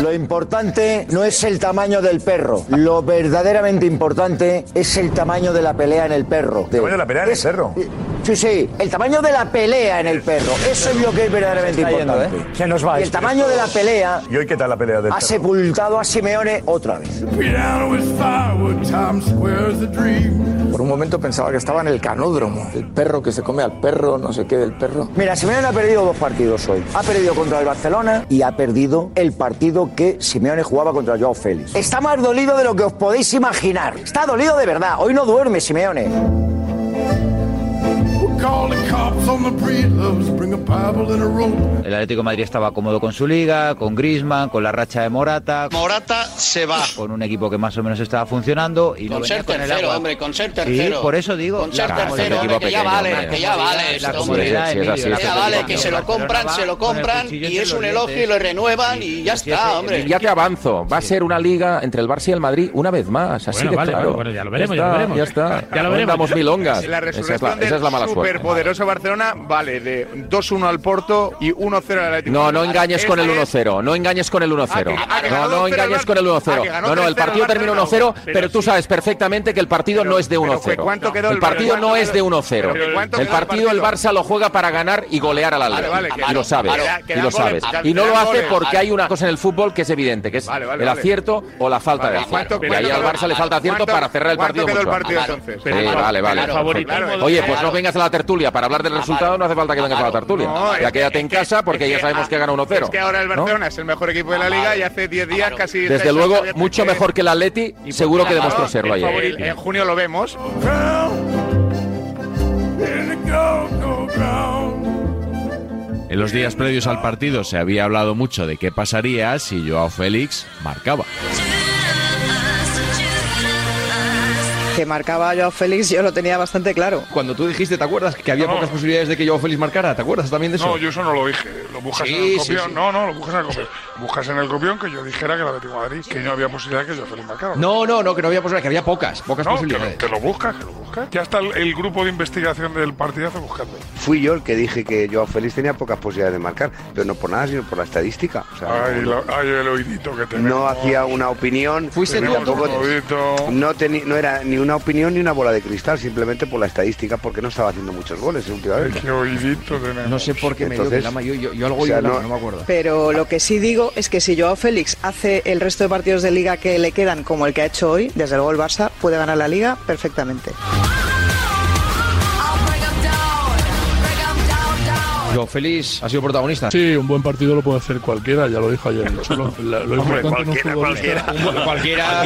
[SPEAKER 27] Lo importante no es el tamaño del perro. Lo verdaderamente importante es el tamaño de la pelea en el perro. ¿El
[SPEAKER 23] tamaño de la pelea en el perro?
[SPEAKER 27] eh, Sí, sí. El tamaño de la pelea en el perro. Eso es lo que es verdaderamente
[SPEAKER 23] Se está yendo,
[SPEAKER 27] importante.
[SPEAKER 23] ¿eh? Se nos va
[SPEAKER 27] Y el
[SPEAKER 23] esto.
[SPEAKER 27] tamaño de la pelea
[SPEAKER 23] ¿Y hoy qué tal la pelea del
[SPEAKER 27] ha
[SPEAKER 23] perro?
[SPEAKER 27] sepultado a Simeone otra vez.
[SPEAKER 30] Por un momento pensaba que estaba en el canódromo. El perro que se come al perro, no sé qué del perro.
[SPEAKER 27] Mira, Simeone ha perdido dos partidos hoy. Ha perdido contra el Barcelona y ha perdido el partido que Simeone jugaba contra Joao Félix. Está más dolido de lo que os podéis imaginar. Está dolido de verdad. Hoy no duerme Simeone.
[SPEAKER 31] all the cops on the breedloves. Bring a Bible and a rope.
[SPEAKER 22] El Atlético de Madrid estaba cómodo con su liga, con Griezmann, con la racha de Morata.
[SPEAKER 31] Morata se va.
[SPEAKER 22] Con un equipo que más o menos estaba funcionando y no
[SPEAKER 31] Con
[SPEAKER 22] venía
[SPEAKER 31] ser
[SPEAKER 22] con el
[SPEAKER 31] tercero,
[SPEAKER 22] agua.
[SPEAKER 31] hombre, con ser
[SPEAKER 22] Sí,
[SPEAKER 31] tercero.
[SPEAKER 22] por eso digo,
[SPEAKER 31] Con ser
[SPEAKER 22] la-
[SPEAKER 31] tercero, hombre, que ya vale, que ya vale.
[SPEAKER 22] La comodidad,
[SPEAKER 31] esto, hombre.
[SPEAKER 22] Emilio,
[SPEAKER 31] Que
[SPEAKER 22] la
[SPEAKER 31] ya vale,
[SPEAKER 22] comodidad.
[SPEAKER 31] que se lo compran, se lo compran y es un elogio y lo renuevan y ya está, hombre.
[SPEAKER 18] Ya te avanzo, va a ser una liga entre el Barça y el Madrid una vez más. Así
[SPEAKER 31] Bueno,
[SPEAKER 18] de
[SPEAKER 31] vale,
[SPEAKER 18] claro.
[SPEAKER 31] bueno, bueno, ya lo
[SPEAKER 14] veremos, ya
[SPEAKER 18] está,
[SPEAKER 14] lo veremos.
[SPEAKER 18] Ya está.
[SPEAKER 14] Ya lo veremos.
[SPEAKER 18] Damos milongas.
[SPEAKER 14] La
[SPEAKER 18] Esa es
[SPEAKER 14] resurrección
[SPEAKER 18] la- esa es la mala
[SPEAKER 14] del
[SPEAKER 18] suerte.
[SPEAKER 14] superpoderoso Barcelona vale de 2-1 al Porto y 1-0 al Atlético.
[SPEAKER 18] No, no engañes con el
[SPEAKER 14] Ese es-
[SPEAKER 18] 1-0. No engañes con el 1-0.
[SPEAKER 14] Ah, que
[SPEAKER 18] No,
[SPEAKER 14] ganó
[SPEAKER 18] no
[SPEAKER 14] 2-0 el
[SPEAKER 18] engañes
[SPEAKER 14] Bar-
[SPEAKER 18] con el
[SPEAKER 14] Ah,
[SPEAKER 18] 1-0.
[SPEAKER 14] que ganó
[SPEAKER 18] No, no, el
[SPEAKER 14] 3-0 el
[SPEAKER 18] partido termina 1-0,
[SPEAKER 14] Barcelona.
[SPEAKER 18] pero tú sabes perfectamente que el partido no es de
[SPEAKER 14] pero ¿cuánto
[SPEAKER 18] 1-0.
[SPEAKER 14] quedó el-
[SPEAKER 18] El partido
[SPEAKER 14] pero
[SPEAKER 18] no es de
[SPEAKER 14] pero
[SPEAKER 18] 1-0.
[SPEAKER 14] ¿cuánto
[SPEAKER 18] El
[SPEAKER 14] quedó el
[SPEAKER 18] partido el Barça lo juega para ganar y golear al
[SPEAKER 14] Vale, vale,
[SPEAKER 18] Atlético.
[SPEAKER 14] que-
[SPEAKER 18] Y lo sabes.
[SPEAKER 14] claro,
[SPEAKER 18] Y
[SPEAKER 14] que
[SPEAKER 18] lo
[SPEAKER 14] dan goles,
[SPEAKER 18] sabes.
[SPEAKER 14] que
[SPEAKER 18] Y no
[SPEAKER 14] dan
[SPEAKER 18] lo hace
[SPEAKER 14] goles.
[SPEAKER 18] porque
[SPEAKER 14] Ah,
[SPEAKER 18] hay una cosa en el fútbol que es evidente, que es
[SPEAKER 14] vale,
[SPEAKER 18] el
[SPEAKER 14] vale.
[SPEAKER 18] acierto o la falta de
[SPEAKER 14] Vale,
[SPEAKER 18] acierto.
[SPEAKER 14] ¿cuánto-
[SPEAKER 18] Y ahí al
[SPEAKER 14] cuánto-
[SPEAKER 18] Barça le falta acierto
[SPEAKER 14] cuánto-
[SPEAKER 18] para cerrar el
[SPEAKER 14] cuánto
[SPEAKER 18] partido.
[SPEAKER 14] quedó el
[SPEAKER 18] mucho antes.
[SPEAKER 14] partido entonces?
[SPEAKER 18] Sí,
[SPEAKER 14] Pero-
[SPEAKER 18] Vale, vale.
[SPEAKER 14] Claro, favoritismo de-
[SPEAKER 18] Oye, pues no vengas a la tertulia. Para hablar del
[SPEAKER 14] Ah,
[SPEAKER 18] resultado no hace falta que vengas a la tertulia.
[SPEAKER 14] No,
[SPEAKER 18] Ya
[SPEAKER 14] es-
[SPEAKER 18] quédate en casa porque ya sabemos que gana
[SPEAKER 14] Es
[SPEAKER 18] 1-0.
[SPEAKER 14] que ahora el
[SPEAKER 18] ¿no? Ah,
[SPEAKER 14] Barcelona es el mejor equipo de la liga y hace 10 días Ah, casi.
[SPEAKER 18] Desde
[SPEAKER 14] estáis
[SPEAKER 18] luego,
[SPEAKER 14] abiertos
[SPEAKER 18] mucho
[SPEAKER 14] que-
[SPEAKER 18] mejor que el Atleti,
[SPEAKER 14] Y por
[SPEAKER 18] seguro
[SPEAKER 14] qué
[SPEAKER 18] que
[SPEAKER 14] la
[SPEAKER 18] demostró
[SPEAKER 14] ganó?
[SPEAKER 18] serlo
[SPEAKER 14] El favori-
[SPEAKER 18] ayer.
[SPEAKER 14] En junio lo vemos.
[SPEAKER 2] En los días previos al partido se había hablado mucho de qué pasaría si Joao Félix marcaba.
[SPEAKER 8] Que marcaba Joao Félix, yo lo tenía bastante claro.
[SPEAKER 9] Cuando tú dijiste, ¿te acuerdas? Que había
[SPEAKER 8] No.
[SPEAKER 9] pocas posibilidades de que Joao Félix marcara. ¿Te acuerdas también de eso?
[SPEAKER 31] No, yo
[SPEAKER 9] eso no lo dije.
[SPEAKER 31] Lo buscas
[SPEAKER 9] Sí,
[SPEAKER 31] en el
[SPEAKER 9] sí,
[SPEAKER 31] copión.
[SPEAKER 9] sí.
[SPEAKER 31] No, no, lo buscas en el copión. Buscas en el copión que yo dijera que la Atlético de Madrid, que no había posibilidad que yo Félix marcara.
[SPEAKER 9] No, no, no, que no había posibilidades, que había pocas, pocas
[SPEAKER 31] No, que
[SPEAKER 9] posibilidades.
[SPEAKER 31] lo- que lo buscas, que lo buscas. Ya está el, el grupo de investigación del partidazo buscando.
[SPEAKER 9] Fui yo el que dije que Joao Félix tenía pocas posibilidades de marcar, pero no por nada, sino por la estadística. O sea,
[SPEAKER 31] Ay,
[SPEAKER 9] no-
[SPEAKER 31] lo- ay, el oidito que tenemos.
[SPEAKER 9] no hacía una opinión.
[SPEAKER 31] Fuiste tú,
[SPEAKER 9] tampoco-
[SPEAKER 31] Antonio.
[SPEAKER 9] No, teni- no era ni una opinión ni una bola de cristal, simplemente por la estadística, porque no estaba haciendo muchos goles últimamente.
[SPEAKER 31] Qué oidito tenemos.
[SPEAKER 9] No sé por
[SPEAKER 31] qué me dio
[SPEAKER 9] llama
[SPEAKER 31] Lama,
[SPEAKER 9] yo, yo algo o sea, Lama, no-
[SPEAKER 8] Pero lo que sí digo es que si Joao Félix hace el resto de partidos de liga que le quedan como el que ha hecho hoy, desde luego el Barça puede ganar la liga perfectamente.
[SPEAKER 9] Joao Félix ha sido protagonista.
[SPEAKER 10] Sí, un buen partido lo puede hacer cualquiera, ya lo dijo ayer. [LAUGHS] Solo la- lo
[SPEAKER 9] Hombre,
[SPEAKER 10] importante no es
[SPEAKER 9] cualquiera,
[SPEAKER 10] futbolista.
[SPEAKER 9] cualquiera.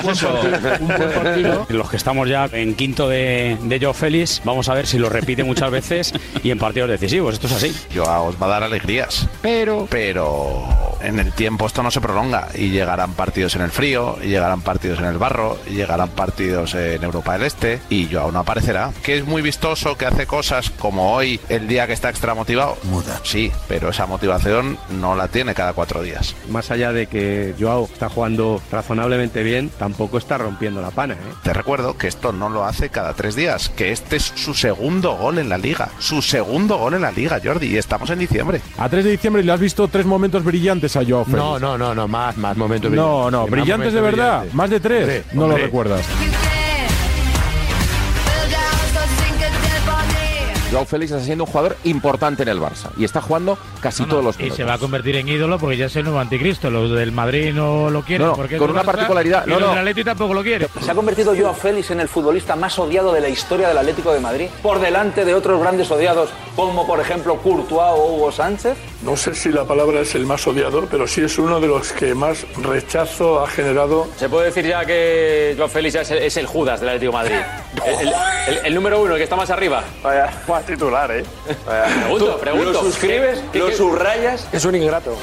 [SPEAKER 9] Cualquiera,
[SPEAKER 8] Los que estamos ya en quinto de, de Joe Félix, vamos a ver si lo repite muchas veces y en partidos decisivos. Esto es así.
[SPEAKER 11] Joao os va a dar alegrías. Pero. Pero. En el tiempo esto no se prolonga y llegarán partidos en el frío, y llegarán partidos en el barro, y llegarán partidos en Europa del Este y Joao no aparecerá. Que es muy vistoso, que hace cosas como hoy, el día que está extra motivado. Muda. Sí, pero esa motivación no la tiene cada cuatro días.
[SPEAKER 32] Más allá de que Joao está jugando razonablemente bien, tampoco está rompiendo la pana. ¿eh?
[SPEAKER 11] Te recuerdo que esto no lo hace cada tres días, que este es su segundo gol en la liga. Su segundo gol en la liga, Jordi, y estamos en diciembre.
[SPEAKER 19] A 3 de diciembre le has visto tres momentos brillantes a Joao Félix.
[SPEAKER 14] No, no, no, no, más, más momentos
[SPEAKER 19] No, no, brillantes de verdad. Más de tres.
[SPEAKER 14] Hombre,
[SPEAKER 19] no
[SPEAKER 14] hombre.
[SPEAKER 19] lo recuerdas.
[SPEAKER 18] Joao Félix está siendo un jugador importante en el Barça y está jugando casi todos los
[SPEAKER 9] Y
[SPEAKER 18] minutos.
[SPEAKER 9] se va a convertir en ídolo porque ya es el nuevo anticristo. Los del Madrid no lo quieren.
[SPEAKER 18] No, no,
[SPEAKER 9] porque es
[SPEAKER 18] con
[SPEAKER 9] del
[SPEAKER 18] una
[SPEAKER 9] Barça,
[SPEAKER 18] particularidad.
[SPEAKER 9] y
[SPEAKER 18] No,
[SPEAKER 9] los
[SPEAKER 18] no.
[SPEAKER 9] del Atleti tampoco lo quieren.
[SPEAKER 6] Se ha convertido Joao Félix en el futbolista más odiado de la historia del Atlético de Madrid, por delante de otros grandes odiados, como por ejemplo Courtois o Hugo Sánchez.
[SPEAKER 10] No sé si la palabra es el más odiado, pero sí es uno de los que más rechazo ha generado.
[SPEAKER 6] Se puede decir ya que Joao Félix ya es el, es el Judas del Atlético de [LAUGHS] Madrid. El, el- el- el número uno, el que está más arriba. Vaya, más titular, ¿eh? Pregunto, pregunto.
[SPEAKER 31] ¿Lo suscribes?
[SPEAKER 6] ¿Qué-
[SPEAKER 31] ¿Lo
[SPEAKER 6] qué-
[SPEAKER 31] subrayas?
[SPEAKER 9] Es un ingrato.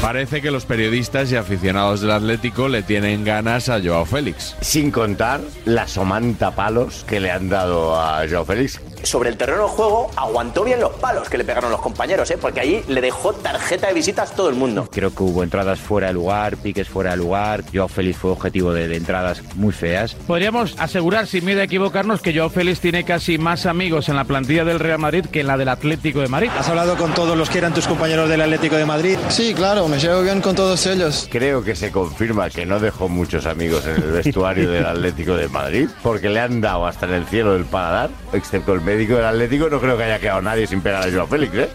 [SPEAKER 2] Parece que los periodistas y aficionados del Atlético le tienen ganas a Joao Félix.
[SPEAKER 24] Sin contar la somanta palos que le han dado a Joao Félix.
[SPEAKER 6] Sobre el terreno de juego aguantó bien los palos que le pegaron los compañeros, ¿eh? porque allí le dejó tarjeta de visitas todo el mundo.
[SPEAKER 9] Creo que hubo entradas fuera de lugar, piques fuera de lugar. Joao Félix fue objetivo de, entradas muy feas.
[SPEAKER 6] Podríamos asegurar, sin miedo a equivocarnos, que Joao Félix tiene casi más amigos en la plantilla del Real Madrid que en la del Atlético de Madrid.
[SPEAKER 9] ¿Has hablado con todos los que eran tus compañeros del Atlético de Madrid?
[SPEAKER 32] Sí, claro, me llevo bien con todos ellos.
[SPEAKER 24] Creo que se confirma que no dejó muchos amigos en el vestuario del Atlético de Madrid, porque le han dado hasta en el cielo del paladar, excepto el médico del Atlético, no creo que haya quedado nadie sin pegar a Joao Félix, ¿eh?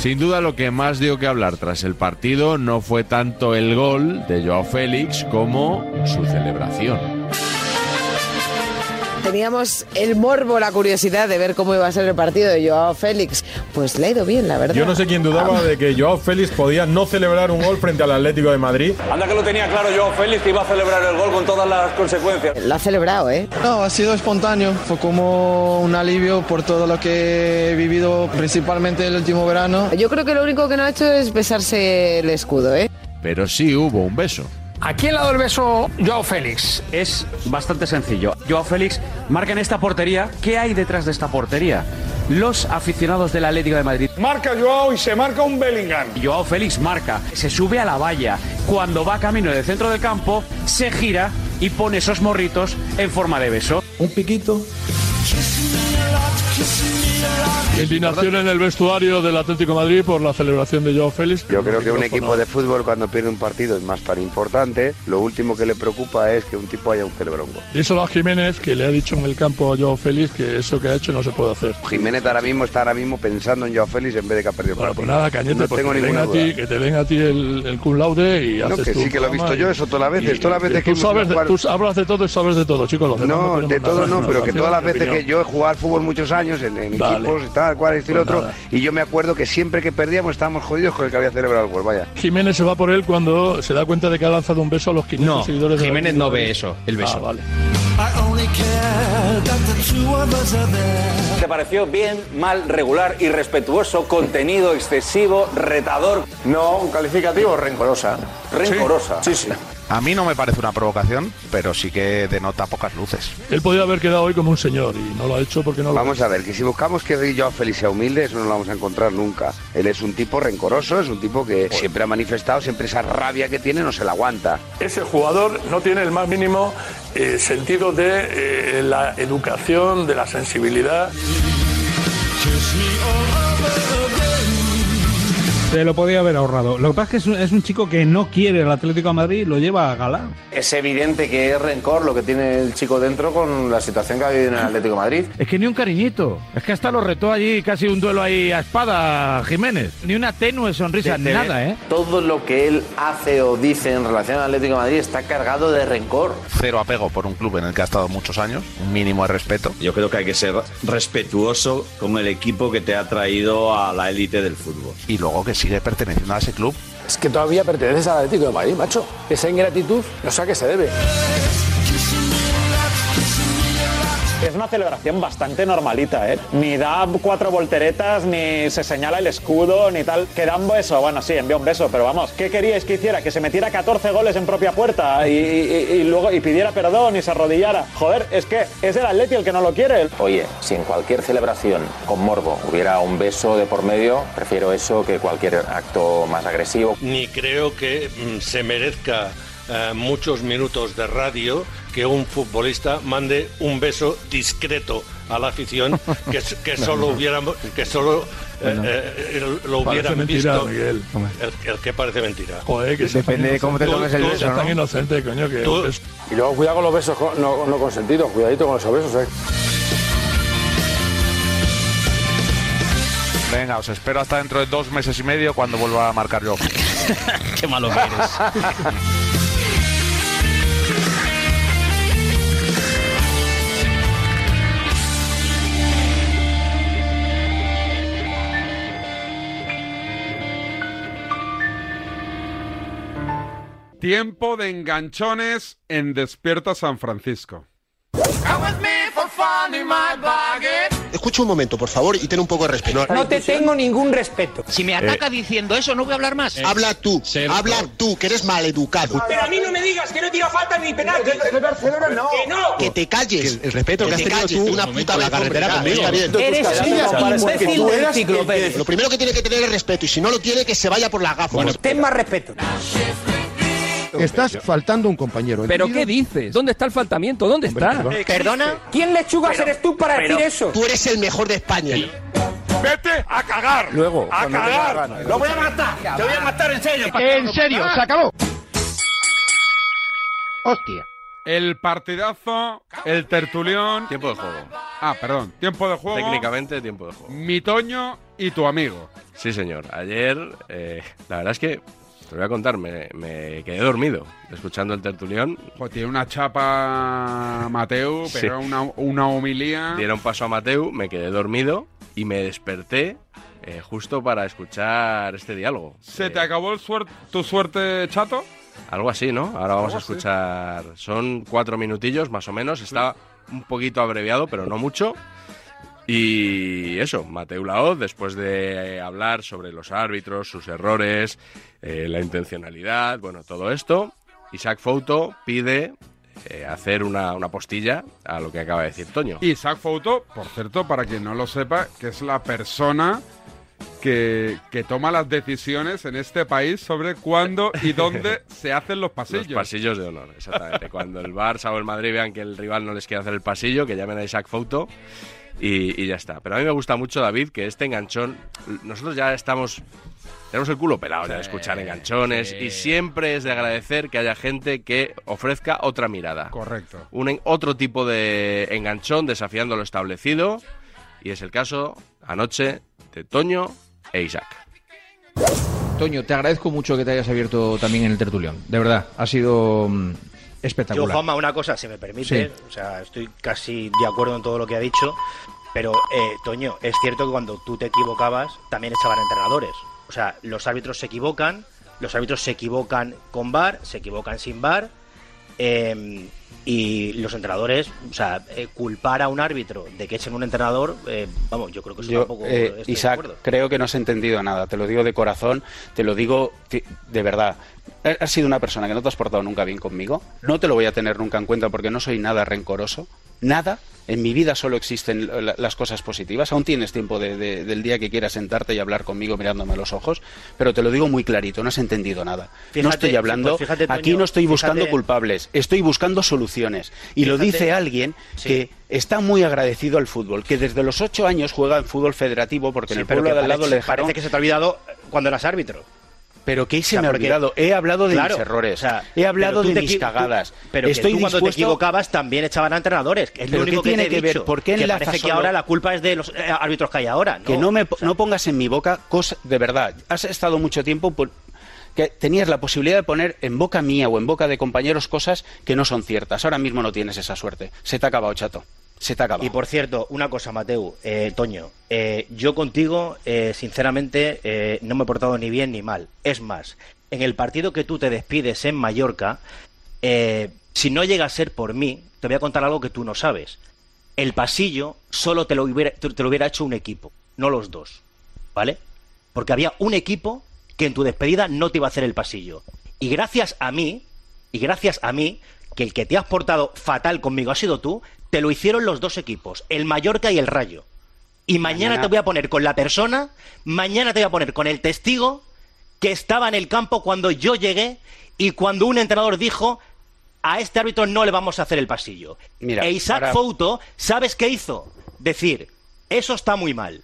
[SPEAKER 2] Sin duda lo que más dio que hablar tras el partido no fue tanto el gol de Joao Félix como su celebración.
[SPEAKER 21] Teníamos el morbo, la curiosidad de ver cómo iba a ser el partido de Joao Félix. Pues le ha ido bien, la verdad.
[SPEAKER 19] Yo no sé quién dudaba de que Joao Félix podía no celebrar un gol frente al Atlético de Madrid.
[SPEAKER 14] Anda que lo tenía claro yo, Félix, que iba a celebrar el gol con todas las consecuencias.
[SPEAKER 21] Lo ha celebrado, ¿eh?
[SPEAKER 33] No, ha sido espontáneo. Fue como un alivio por todo lo que he vivido, principalmente el último verano.
[SPEAKER 21] Yo creo que lo único que no ha hecho es besarse el escudo, ¿eh?
[SPEAKER 34] Pero sí hubo un beso.
[SPEAKER 35] ¿A quién le ha dado el beso Joao Félix?
[SPEAKER 36] Es bastante sencillo. Joao Félix marca en esta portería. ¿Qué hay detrás de esta portería? Los aficionados del Atlético de Madrid.
[SPEAKER 14] Marca Joao y se marca un Bellingham.
[SPEAKER 36] Joao Félix marca, se sube a la valla. Cuando va camino del centro del campo, se gira y pone esos morritos en forma de beso.
[SPEAKER 37] Un piquito.
[SPEAKER 10] Indignación en el vestuario del Atlético de Madrid por la celebración de Joao Félix.
[SPEAKER 9] Yo creo que un equipo de fútbol cuando pierde un partido es más tan importante. Lo último que le preocupa es que un tipo haya un celebrongo.
[SPEAKER 10] Díselo a Jiménez, que le ha dicho en el campo a Joao Félix que eso que ha hecho no se puede hacer.
[SPEAKER 9] Jiménez ahora mismo está ahora mismo pensando en Joao Félix en vez de que ha perdido el
[SPEAKER 10] Bueno,
[SPEAKER 9] partido.
[SPEAKER 10] pues nada, Cañete,
[SPEAKER 9] no
[SPEAKER 10] pues
[SPEAKER 9] tengo
[SPEAKER 10] que, te
[SPEAKER 9] ninguna
[SPEAKER 10] venga a ti,
[SPEAKER 9] duda.
[SPEAKER 10] que te venga a ti el, el cum laude y
[SPEAKER 9] No,
[SPEAKER 10] haces
[SPEAKER 9] que
[SPEAKER 10] tú
[SPEAKER 9] sí que lo he
[SPEAKER 10] un programa
[SPEAKER 9] visto yo,
[SPEAKER 10] y-
[SPEAKER 9] eso todas las veces,
[SPEAKER 10] y-
[SPEAKER 9] todas las
[SPEAKER 10] y
[SPEAKER 9] veces que
[SPEAKER 10] Tú, sabes,
[SPEAKER 9] hemos
[SPEAKER 10] de-
[SPEAKER 9] jugado-
[SPEAKER 10] tú hablas de todo y sabes de todo, chicos. Lo demás
[SPEAKER 9] No,
[SPEAKER 10] podemos
[SPEAKER 9] de todo
[SPEAKER 10] hacer
[SPEAKER 9] no,
[SPEAKER 10] una
[SPEAKER 9] pero que
[SPEAKER 10] valoración
[SPEAKER 9] todas las
[SPEAKER 10] de
[SPEAKER 9] veces que
[SPEAKER 10] opinión.
[SPEAKER 9] yo he jugado al fútbol muchos años en, en
[SPEAKER 10] Vale.
[SPEAKER 9] equipos y tal, cual, este y lo
[SPEAKER 10] Pues
[SPEAKER 9] otro,
[SPEAKER 10] nada.
[SPEAKER 9] y yo me acuerdo que siempre que perdíamos estábamos jodidos con el que había celebrado el gol, vaya.
[SPEAKER 10] Jiménez se va por él cuando se da cuenta de que ha lanzado un beso a los 500
[SPEAKER 15] No,
[SPEAKER 10] seguidores de
[SPEAKER 15] Jiménez
[SPEAKER 10] Atlético
[SPEAKER 15] no
[SPEAKER 10] de Madrid.
[SPEAKER 15] ve eso, el beso.
[SPEAKER 10] Ah, vale.
[SPEAKER 14] ¿Te pareció bien, mal, regular, irrespetuoso, contenido, excesivo, retador? No, un calificativo rencorosa. Rencorosa. Sí, sí.
[SPEAKER 11] A mí no me parece una provocación, pero sí que denota pocas luces.
[SPEAKER 10] Él podía haber quedado hoy como un señor y no lo ha hecho porque no lo
[SPEAKER 9] Vamos a ver, que si buscamos que Joao Félix sea humilde, eso no lo vamos a encontrar nunca. Él es un tipo rencoroso, es un tipo que
[SPEAKER 10] Pues
[SPEAKER 9] siempre ha manifestado, siempre esa rabia que tiene no se la aguanta.
[SPEAKER 10] Ese jugador no tiene el más mínimo eh, sentido de eh, la educación, de la sensibilidad.
[SPEAKER 15] Se lo podía haber ahorrado. Lo que pasa es que es un, es un chico que no quiere el Atlético de Madrid, lo lleva a gala.
[SPEAKER 18] Es evidente que es rencor lo que tiene el chico dentro con la situación que ha vivido en el Atlético de Madrid.
[SPEAKER 15] Es que ni un cariñito. Es que hasta lo retó allí casi un duelo ahí a espada Jiménez. Ni una tenue sonrisa,
[SPEAKER 18] Desde
[SPEAKER 15] nada,
[SPEAKER 18] ver
[SPEAKER 15] ¿eh?
[SPEAKER 18] Todo lo que él hace o dice en relación al Atlético de Madrid está cargado de rencor.
[SPEAKER 11] Cero apego por un club en el que ha estado muchos años, un mínimo de respeto.
[SPEAKER 38] Yo creo que hay que ser respetuoso con el equipo que te ha traído a la élite del fútbol.
[SPEAKER 11] Y luego que sigue perteneciendo a ese club.
[SPEAKER 18] Es que todavía perteneces al Atlético de Madrid, macho. Esa ingratitud no sé a qué se debe.
[SPEAKER 14] Es una celebración bastante normalita, ¿eh? Ni da cuatro volteretas, ni se señala el escudo, ni tal. Que da un beso, bueno, sí, envía un beso, pero vamos, ¿qué queríais que hiciera? Que se metiera 14 goles en propia puerta y, y- y luego y pidiera perdón y se arrodillara. Joder, es que es el Atleti el que no lo quiere.
[SPEAKER 18] Oye, si en cualquier celebración con morbo hubiera un beso de por medio, prefiero eso que cualquier acto más agresivo.
[SPEAKER 20] Ni creo que mm, se merezca eh, muchos minutos de radio que un futbolista mande un beso discreto a la afición que, s- que
[SPEAKER 10] [LAUGHS] No,
[SPEAKER 20] solo
[SPEAKER 10] no.
[SPEAKER 20] hubiéramos que solo eh, eh, lo
[SPEAKER 10] Parece
[SPEAKER 20] hubieran
[SPEAKER 10] mentira,
[SPEAKER 20] visto
[SPEAKER 10] Miguel.
[SPEAKER 20] El, el que parece mentira
[SPEAKER 18] Joder, que
[SPEAKER 20] se
[SPEAKER 18] Depende de cómo te tomes el beso,
[SPEAKER 10] tan
[SPEAKER 18] ¿no?
[SPEAKER 10] inocente coño que
[SPEAKER 18] Tú-
[SPEAKER 10] es-
[SPEAKER 18] Y luego cuidado con los besos co- no, no consentidos, cuidadito con los besos, ¿eh?
[SPEAKER 11] Venga, os espero hasta dentro de dos meses y medio cuando vuelva a marcar yo.
[SPEAKER 15] [LAUGHS] Qué malo
[SPEAKER 11] que
[SPEAKER 12] [LAUGHS]
[SPEAKER 1] Tiempo de enganchones en Despierta San Francisco.
[SPEAKER 13] Escucha un momento, por favor, y ten un poco de respeto.
[SPEAKER 1] No te tengo ningún respeto.
[SPEAKER 13] Si
[SPEAKER 14] Eh,
[SPEAKER 1] me ataca diciendo eso, no voy a hablar más.
[SPEAKER 13] Eh, Habla tú, habla tú, que eres maleducado.
[SPEAKER 1] Pero a mí no me digas que no tira falta ni penalti. no. Que no.
[SPEAKER 13] Que te calles. el respeto
[SPEAKER 1] que has tenido tú
[SPEAKER 13] una puta
[SPEAKER 1] Un momento,
[SPEAKER 13] vez,
[SPEAKER 1] la carretera
[SPEAKER 13] hombre, ya,
[SPEAKER 1] conmigo.
[SPEAKER 13] está bien.
[SPEAKER 1] Eres
[SPEAKER 13] Tú
[SPEAKER 1] un
[SPEAKER 13] estás hablando
[SPEAKER 1] imbécil
[SPEAKER 13] porque tú
[SPEAKER 1] del
[SPEAKER 13] eras
[SPEAKER 1] ciclo,
[SPEAKER 13] el que-
[SPEAKER 1] Pérez.
[SPEAKER 13] Lo primero que tiene que tener es respeto, y si no lo tiene, que se vaya por las gafas.
[SPEAKER 1] ten más respeto.
[SPEAKER 13] Estás faltando un compañero.
[SPEAKER 1] ¿Pero qué
[SPEAKER 13] dices? ¿Dónde está el faltamiento? ¿Dónde
[SPEAKER 1] está? perdón.
[SPEAKER 13] ¿Perdona?
[SPEAKER 1] ¿Quién lechugas eres tú para decir eso?
[SPEAKER 13] Tú eres el mejor de España.
[SPEAKER 1] Vete a cagar. Luego. A cagar. Lo voy a matar. Te voy a matar en serio. Eh, En serio, se acabó.
[SPEAKER 13] Hostia.
[SPEAKER 1] El partidazo, el tertulión. Tiempo de juego. Ah, perdón. Tiempo de juego.
[SPEAKER 2] Técnicamente, tiempo de juego.
[SPEAKER 1] Mi Toño y tu amigo.
[SPEAKER 2] Sí, señor. Ayer, eh, la verdad es que Te lo voy a contar, me, me quedé dormido escuchando el tertulión.
[SPEAKER 1] Pues tiene una chapa Mateu,
[SPEAKER 2] Sí.
[SPEAKER 1] pero una, una homilía.
[SPEAKER 2] Dieron paso a Mateu, me quedé dormido y me desperté eh, justo para escuchar este diálogo.
[SPEAKER 1] ¿Se te acabó el suer- tu suerte, chato?
[SPEAKER 2] Algo así, ¿no? Ahora vamos a
[SPEAKER 1] así.
[SPEAKER 2] escuchar. Son cuatro minutillos más o menos. Está un poquito abreviado, pero no mucho. Y eso, Mateu Laoz, después de hablar sobre los árbitros, sus errores, eh, la intencionalidad, bueno, todo esto, Isaac Fouto pide eh, hacer una, una postilla a lo que acaba de decir Toño.
[SPEAKER 1] Isaac Fouto, por cierto, para quien no lo sepa, que es la persona que, que toma las decisiones en este país sobre cuándo y
[SPEAKER 2] [LAUGHS]
[SPEAKER 1] dónde se hacen los pasillos.
[SPEAKER 2] Los pasillos de honor,
[SPEAKER 1] [LAUGHS]
[SPEAKER 2] exactamente. Cuando el Barça o el Madrid vean que el rival no les quiere hacer el pasillo, que llamen a Isaac Fouto y, y ya está. Pero a mí me gusta mucho, David, que este enganchón. Nosotros ya estamos. Tenemos el culo pelado ya de escuchar enganchones
[SPEAKER 1] sí.
[SPEAKER 2] y siempre es de agradecer que haya gente que ofrezca otra mirada.
[SPEAKER 1] Correcto.
[SPEAKER 2] Un en- otro tipo de enganchón desafiando lo establecido y es el caso anoche de Toño e Isaac.
[SPEAKER 14] Toño, te agradezco mucho que te hayas abierto también en el tertulión. De verdad, ha sido mm,
[SPEAKER 6] Yo,
[SPEAKER 14] espectacular.
[SPEAKER 6] Juanma, una cosa, si me permite,
[SPEAKER 14] Sí.
[SPEAKER 6] o sea, estoy casi de acuerdo en todo lo que ha dicho, pero, eh, Toño, es cierto que cuando tú te equivocabas, también echaban entrenadores. O sea, los árbitros se equivocan, los árbitros se equivocan con VAR, se equivocan sin VAR, eh, y los entrenadores, o sea, eh, culpar a un árbitro de que echen un entrenador, eh, vamos, yo creo que eso
[SPEAKER 22] Yo,
[SPEAKER 6] tampoco
[SPEAKER 22] eh,
[SPEAKER 6] estoy de
[SPEAKER 22] Isaac,
[SPEAKER 6] acuerdo.
[SPEAKER 22] creo que no has entendido nada. Te lo digo de corazón, te lo digo ti- de verdad. Ha- Has sido una persona que no te has portado nunca bien conmigo. No te lo voy a tener nunca en cuenta porque no soy nada rencoroso. Nada. En mi vida solo existen la- la- las cosas positivas. Aún tienes tiempo de- de- del día que quieras sentarte y hablar conmigo mirándome a los ojos. Pero te lo digo muy clarito, no has entendido nada. no
[SPEAKER 6] Fíjate,
[SPEAKER 22] estoy hablando.
[SPEAKER 6] pues fíjate,
[SPEAKER 22] aquí
[SPEAKER 6] Toño,
[SPEAKER 22] no estoy buscando
[SPEAKER 6] fíjate-
[SPEAKER 22] culpables. Estoy buscando soluciones. Y lo
[SPEAKER 6] Fíjate-
[SPEAKER 22] dice alguien
[SPEAKER 6] Sí.
[SPEAKER 22] que está muy agradecido al fútbol, que desde los ocho años juega en fútbol federativo porque en
[SPEAKER 6] Sí,
[SPEAKER 22] el
[SPEAKER 6] pero
[SPEAKER 22] pueblo
[SPEAKER 6] que
[SPEAKER 22] de al lado
[SPEAKER 6] parece-
[SPEAKER 22] le dejaron...
[SPEAKER 6] parece que se te ha olvidado cuando eras árbitro.
[SPEAKER 22] Pero que se
[SPEAKER 6] O sea,
[SPEAKER 22] me ha
[SPEAKER 6] porque-
[SPEAKER 22] olvidado. He hablado de
[SPEAKER 6] Claro,
[SPEAKER 22] mis errores.
[SPEAKER 6] o sea,
[SPEAKER 22] he hablado
[SPEAKER 6] pero tú
[SPEAKER 22] de
[SPEAKER 6] te
[SPEAKER 22] mis
[SPEAKER 6] equi-
[SPEAKER 22] cagadas.
[SPEAKER 6] tú- pero que
[SPEAKER 22] Estoy
[SPEAKER 6] tú cuando te
[SPEAKER 22] dispuesto-
[SPEAKER 6] equivocabas también echaban a entrenadores. Es
[SPEAKER 22] ¿Pero
[SPEAKER 6] lo
[SPEAKER 22] qué
[SPEAKER 6] único
[SPEAKER 22] tiene
[SPEAKER 6] que te
[SPEAKER 22] que
[SPEAKER 6] he
[SPEAKER 22] ver?
[SPEAKER 6] dicho.
[SPEAKER 22] ¿Por qué
[SPEAKER 6] que
[SPEAKER 22] enlaza
[SPEAKER 6] parece que
[SPEAKER 22] solo-
[SPEAKER 6] ahora la culpa es de los eh, árbitros que hay ahora. ¿no?
[SPEAKER 22] Que no me no pongas en mi boca cosas de verdad. Has estado mucho tiempo por- que tenías la posibilidad de poner en boca mía o en boca de compañeros cosas que no son ciertas. Ahora mismo no tienes esa suerte. Se te ha acabado, chato. Se te ha acabado.
[SPEAKER 6] Y por cierto, una cosa, Mateu, eh, Toño, eh, yo contigo, eh, sinceramente, eh, no me he portado ni bien ni mal. Es más, en el partido que tú te despides en Mallorca, eh, si no llega a ser por mí, te voy a contar algo que tú no sabes. El pasillo solo te lo hubiera, te- te lo hubiera hecho un equipo, no los dos, ¿vale? Porque había un equipo que en tu despedida no te iba a hacer el pasillo. Y gracias a mí, y gracias a mí, que el que te has portado fatal conmigo ha sido tú, te lo hicieron los dos equipos, el Mallorca y el Rayo. Y mañana,
[SPEAKER 22] Mañana-
[SPEAKER 6] te voy a poner con la persona, mañana te voy a poner con el testigo que estaba en el campo cuando yo llegué y cuando un entrenador dijo, a este árbitro no le vamos a hacer el pasillo.
[SPEAKER 22] Mira,
[SPEAKER 6] e Isaac
[SPEAKER 22] ahora-
[SPEAKER 6] Fouto, ¿sabes qué hizo? Decir, eso está muy mal.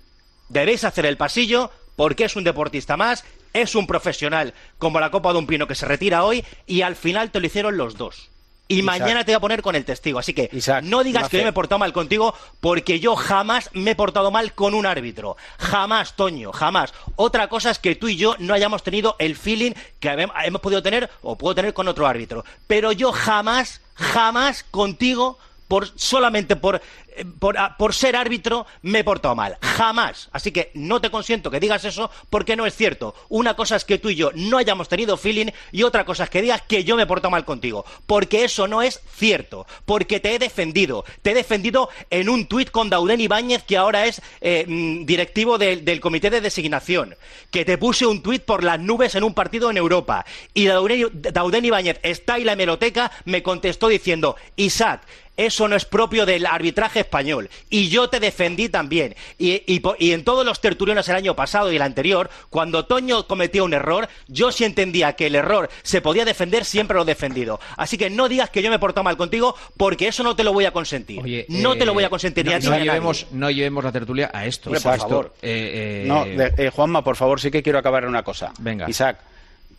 [SPEAKER 6] Debéis hacer el pasillo porque es un deportista más, es un profesional, como la Copa de un Pino que se retira hoy, y al final te lo hicieron los dos. Y
[SPEAKER 22] Isaac.
[SPEAKER 6] mañana te voy a poner con el testigo. Así que no digas
[SPEAKER 22] no
[SPEAKER 6] que yo
[SPEAKER 22] hace-
[SPEAKER 6] me he portado mal contigo, porque yo jamás me he portado mal con un árbitro. Jamás, Toño, jamás. Otra cosa es que tú y yo no hayamos tenido el feeling que habe- hemos podido tener o puedo tener con otro árbitro. Pero yo jamás, jamás contigo, por, solamente por, eh, por, ah, por ser árbitro, me he portado mal. Jamás. Así que no te consiento que digas eso, porque no es cierto. Una cosa es que tú y yo no hayamos tenido feeling y otra cosa es que digas que yo me he portado mal contigo. Porque eso no es cierto. Porque te he defendido. Te he defendido en un tuit con Daudén Ibáñez, que ahora es eh, mm, directivo del- del comité de designación. Que te puse un tuit por las nubes en un partido en Europa. Y Daudén, Daudén Ibáñez está en la hemeroteca, me contestó diciendo, Isaac, eso no es propio del arbitraje español. Y yo te defendí también. Y, y po- y en todos los tertuliones el año pasado y el anterior, cuando Toño cometía un error, yo sí entendía que el error se podía defender, siempre lo he defendido. Así que no digas que yo me he portado mal contigo, porque eso no te lo voy a consentir. no te lo
[SPEAKER 22] Eh,
[SPEAKER 6] voy a consentir ni
[SPEAKER 22] no,
[SPEAKER 6] a ti
[SPEAKER 22] no
[SPEAKER 6] ni a nadie.
[SPEAKER 22] llevemos, no llevemos la tertulia a esto. Hombre, por Exacto. favor. Eh, eh, No, de- eh, Juanma, por favor, sí que quiero acabar en una cosa. Venga. Isaac,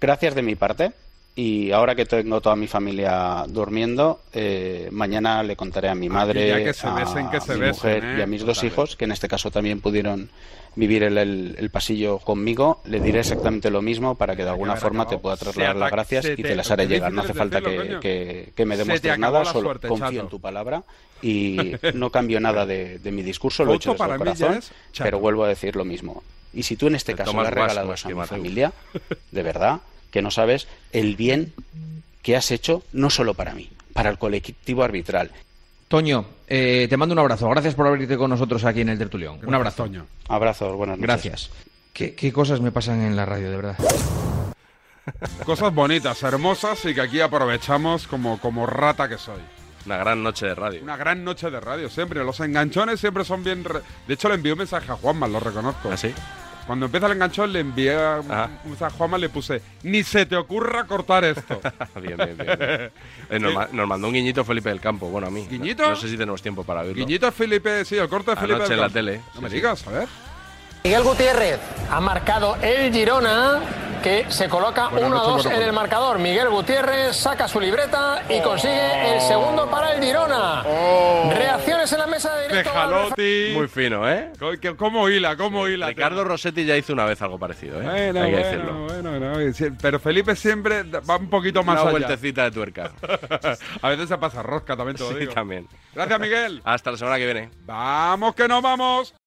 [SPEAKER 22] gracias de mi parte. Y ahora que tengo toda mi familia durmiendo, eh, mañana le contaré a mi madre,
[SPEAKER 1] ya que se
[SPEAKER 22] a
[SPEAKER 1] besen, que se
[SPEAKER 22] mi
[SPEAKER 1] besen,
[SPEAKER 22] mujer
[SPEAKER 1] ¿eh?
[SPEAKER 22] y a mis dos
[SPEAKER 1] Totalmente.
[SPEAKER 22] hijos, que en este caso también pudieron vivir el, el- el pasillo conmigo. Le diré exactamente lo mismo para que de alguna forma te pueda trasladar
[SPEAKER 1] Se
[SPEAKER 22] las
[SPEAKER 1] ataca-
[SPEAKER 22] gracias
[SPEAKER 1] se
[SPEAKER 22] y
[SPEAKER 1] te-
[SPEAKER 22] te las
[SPEAKER 1] lo
[SPEAKER 22] haré
[SPEAKER 1] que
[SPEAKER 22] llegar. No hace
[SPEAKER 1] dices,
[SPEAKER 22] falta
[SPEAKER 1] decirlo,
[SPEAKER 22] que,
[SPEAKER 1] coño.
[SPEAKER 22] que- que me
[SPEAKER 1] Se te
[SPEAKER 22] demuestres
[SPEAKER 1] acabó
[SPEAKER 22] nada,
[SPEAKER 1] la
[SPEAKER 22] solo
[SPEAKER 1] suerte,
[SPEAKER 22] confío
[SPEAKER 1] chato.
[SPEAKER 22] en tu palabra y no cambio nada de, de mi discurso, lo he hecho
[SPEAKER 1] Otto
[SPEAKER 22] desde el
[SPEAKER 1] para mí ya
[SPEAKER 22] corazón,
[SPEAKER 1] es chato.
[SPEAKER 22] pero vuelvo a decir lo mismo. Y si tú en este
[SPEAKER 1] Te
[SPEAKER 22] caso
[SPEAKER 1] tomas
[SPEAKER 22] le has
[SPEAKER 1] más
[SPEAKER 22] regalado
[SPEAKER 1] cosas
[SPEAKER 22] eso a
[SPEAKER 1] que
[SPEAKER 22] mi
[SPEAKER 1] Mateu.
[SPEAKER 22] familia, de verdad, que no sabes el bien que has hecho no solo para mí, para el colectivo arbitral.
[SPEAKER 14] Toño, eh, te mando un abrazo. Gracias por abrirte con nosotros aquí en el tertulión. un abrazo. Toño.
[SPEAKER 22] Abrazos, buenas noches.
[SPEAKER 14] Gracias. ¿Qué, qué cosas me pasan en la radio, de verdad?
[SPEAKER 1] Cosas bonitas, hermosas y que aquí aprovechamos como, como rata que soy.
[SPEAKER 2] Una gran noche de radio.
[SPEAKER 1] Una gran noche de radio, siempre. Los enganchones siempre son bien... re- De hecho, le envié un mensaje a Juanma, lo reconozco.
[SPEAKER 2] ¿Ah, sí? Ah.
[SPEAKER 1] Cuando empieza el enganchón, le envié un un mensaje a Juanma y le puse ni se te ocurra cortar esto.
[SPEAKER 2] [LAUGHS] Bien, bien,
[SPEAKER 1] [LAUGHS]
[SPEAKER 2] bien, bien. Eh, nos, ma- nos mandó un guiñito Felipe del Campo, bueno, a mí.
[SPEAKER 1] ¿Guiñito?
[SPEAKER 2] No, no sé si tenemos tiempo para verlo.
[SPEAKER 1] Guiñito Felipe, sí, el corte de Felipe.
[SPEAKER 2] Anoche
[SPEAKER 1] del
[SPEAKER 2] en la
[SPEAKER 1] Campo.
[SPEAKER 2] tele,
[SPEAKER 1] No me
[SPEAKER 2] sí, sí.
[SPEAKER 1] digas, a ver.
[SPEAKER 15] Miguel Gutiérrez ha marcado el Girona, que se coloca
[SPEAKER 1] Buenas
[SPEAKER 15] 1 a 2
[SPEAKER 1] noches, buenas
[SPEAKER 15] en el
[SPEAKER 1] noches.
[SPEAKER 15] marcador. Miguel Gutiérrez saca su libreta y consigue el segundo para el Girona. Reacciones en la mesa de directo.
[SPEAKER 2] Muy fino, ¿eh?
[SPEAKER 1] ¿Cómo hila? ¿Cómo hila?
[SPEAKER 2] Ricardo Rossetti ya hizo una vez algo parecido, ¿eh?
[SPEAKER 1] Bueno,
[SPEAKER 2] Hay que
[SPEAKER 1] bueno,
[SPEAKER 2] decirlo.
[SPEAKER 1] bueno, bueno, sí, Pero Felipe siempre da- va un poquito más
[SPEAKER 2] una
[SPEAKER 1] allá.
[SPEAKER 2] vueltecita de tuerca.
[SPEAKER 1] [LAUGHS] a veces se pasa rosca, también te lo
[SPEAKER 2] Sí,
[SPEAKER 1] digo.
[SPEAKER 2] también.
[SPEAKER 1] Gracias, Miguel.
[SPEAKER 2] Hasta la semana que viene.
[SPEAKER 1] Vamos que nos vamos.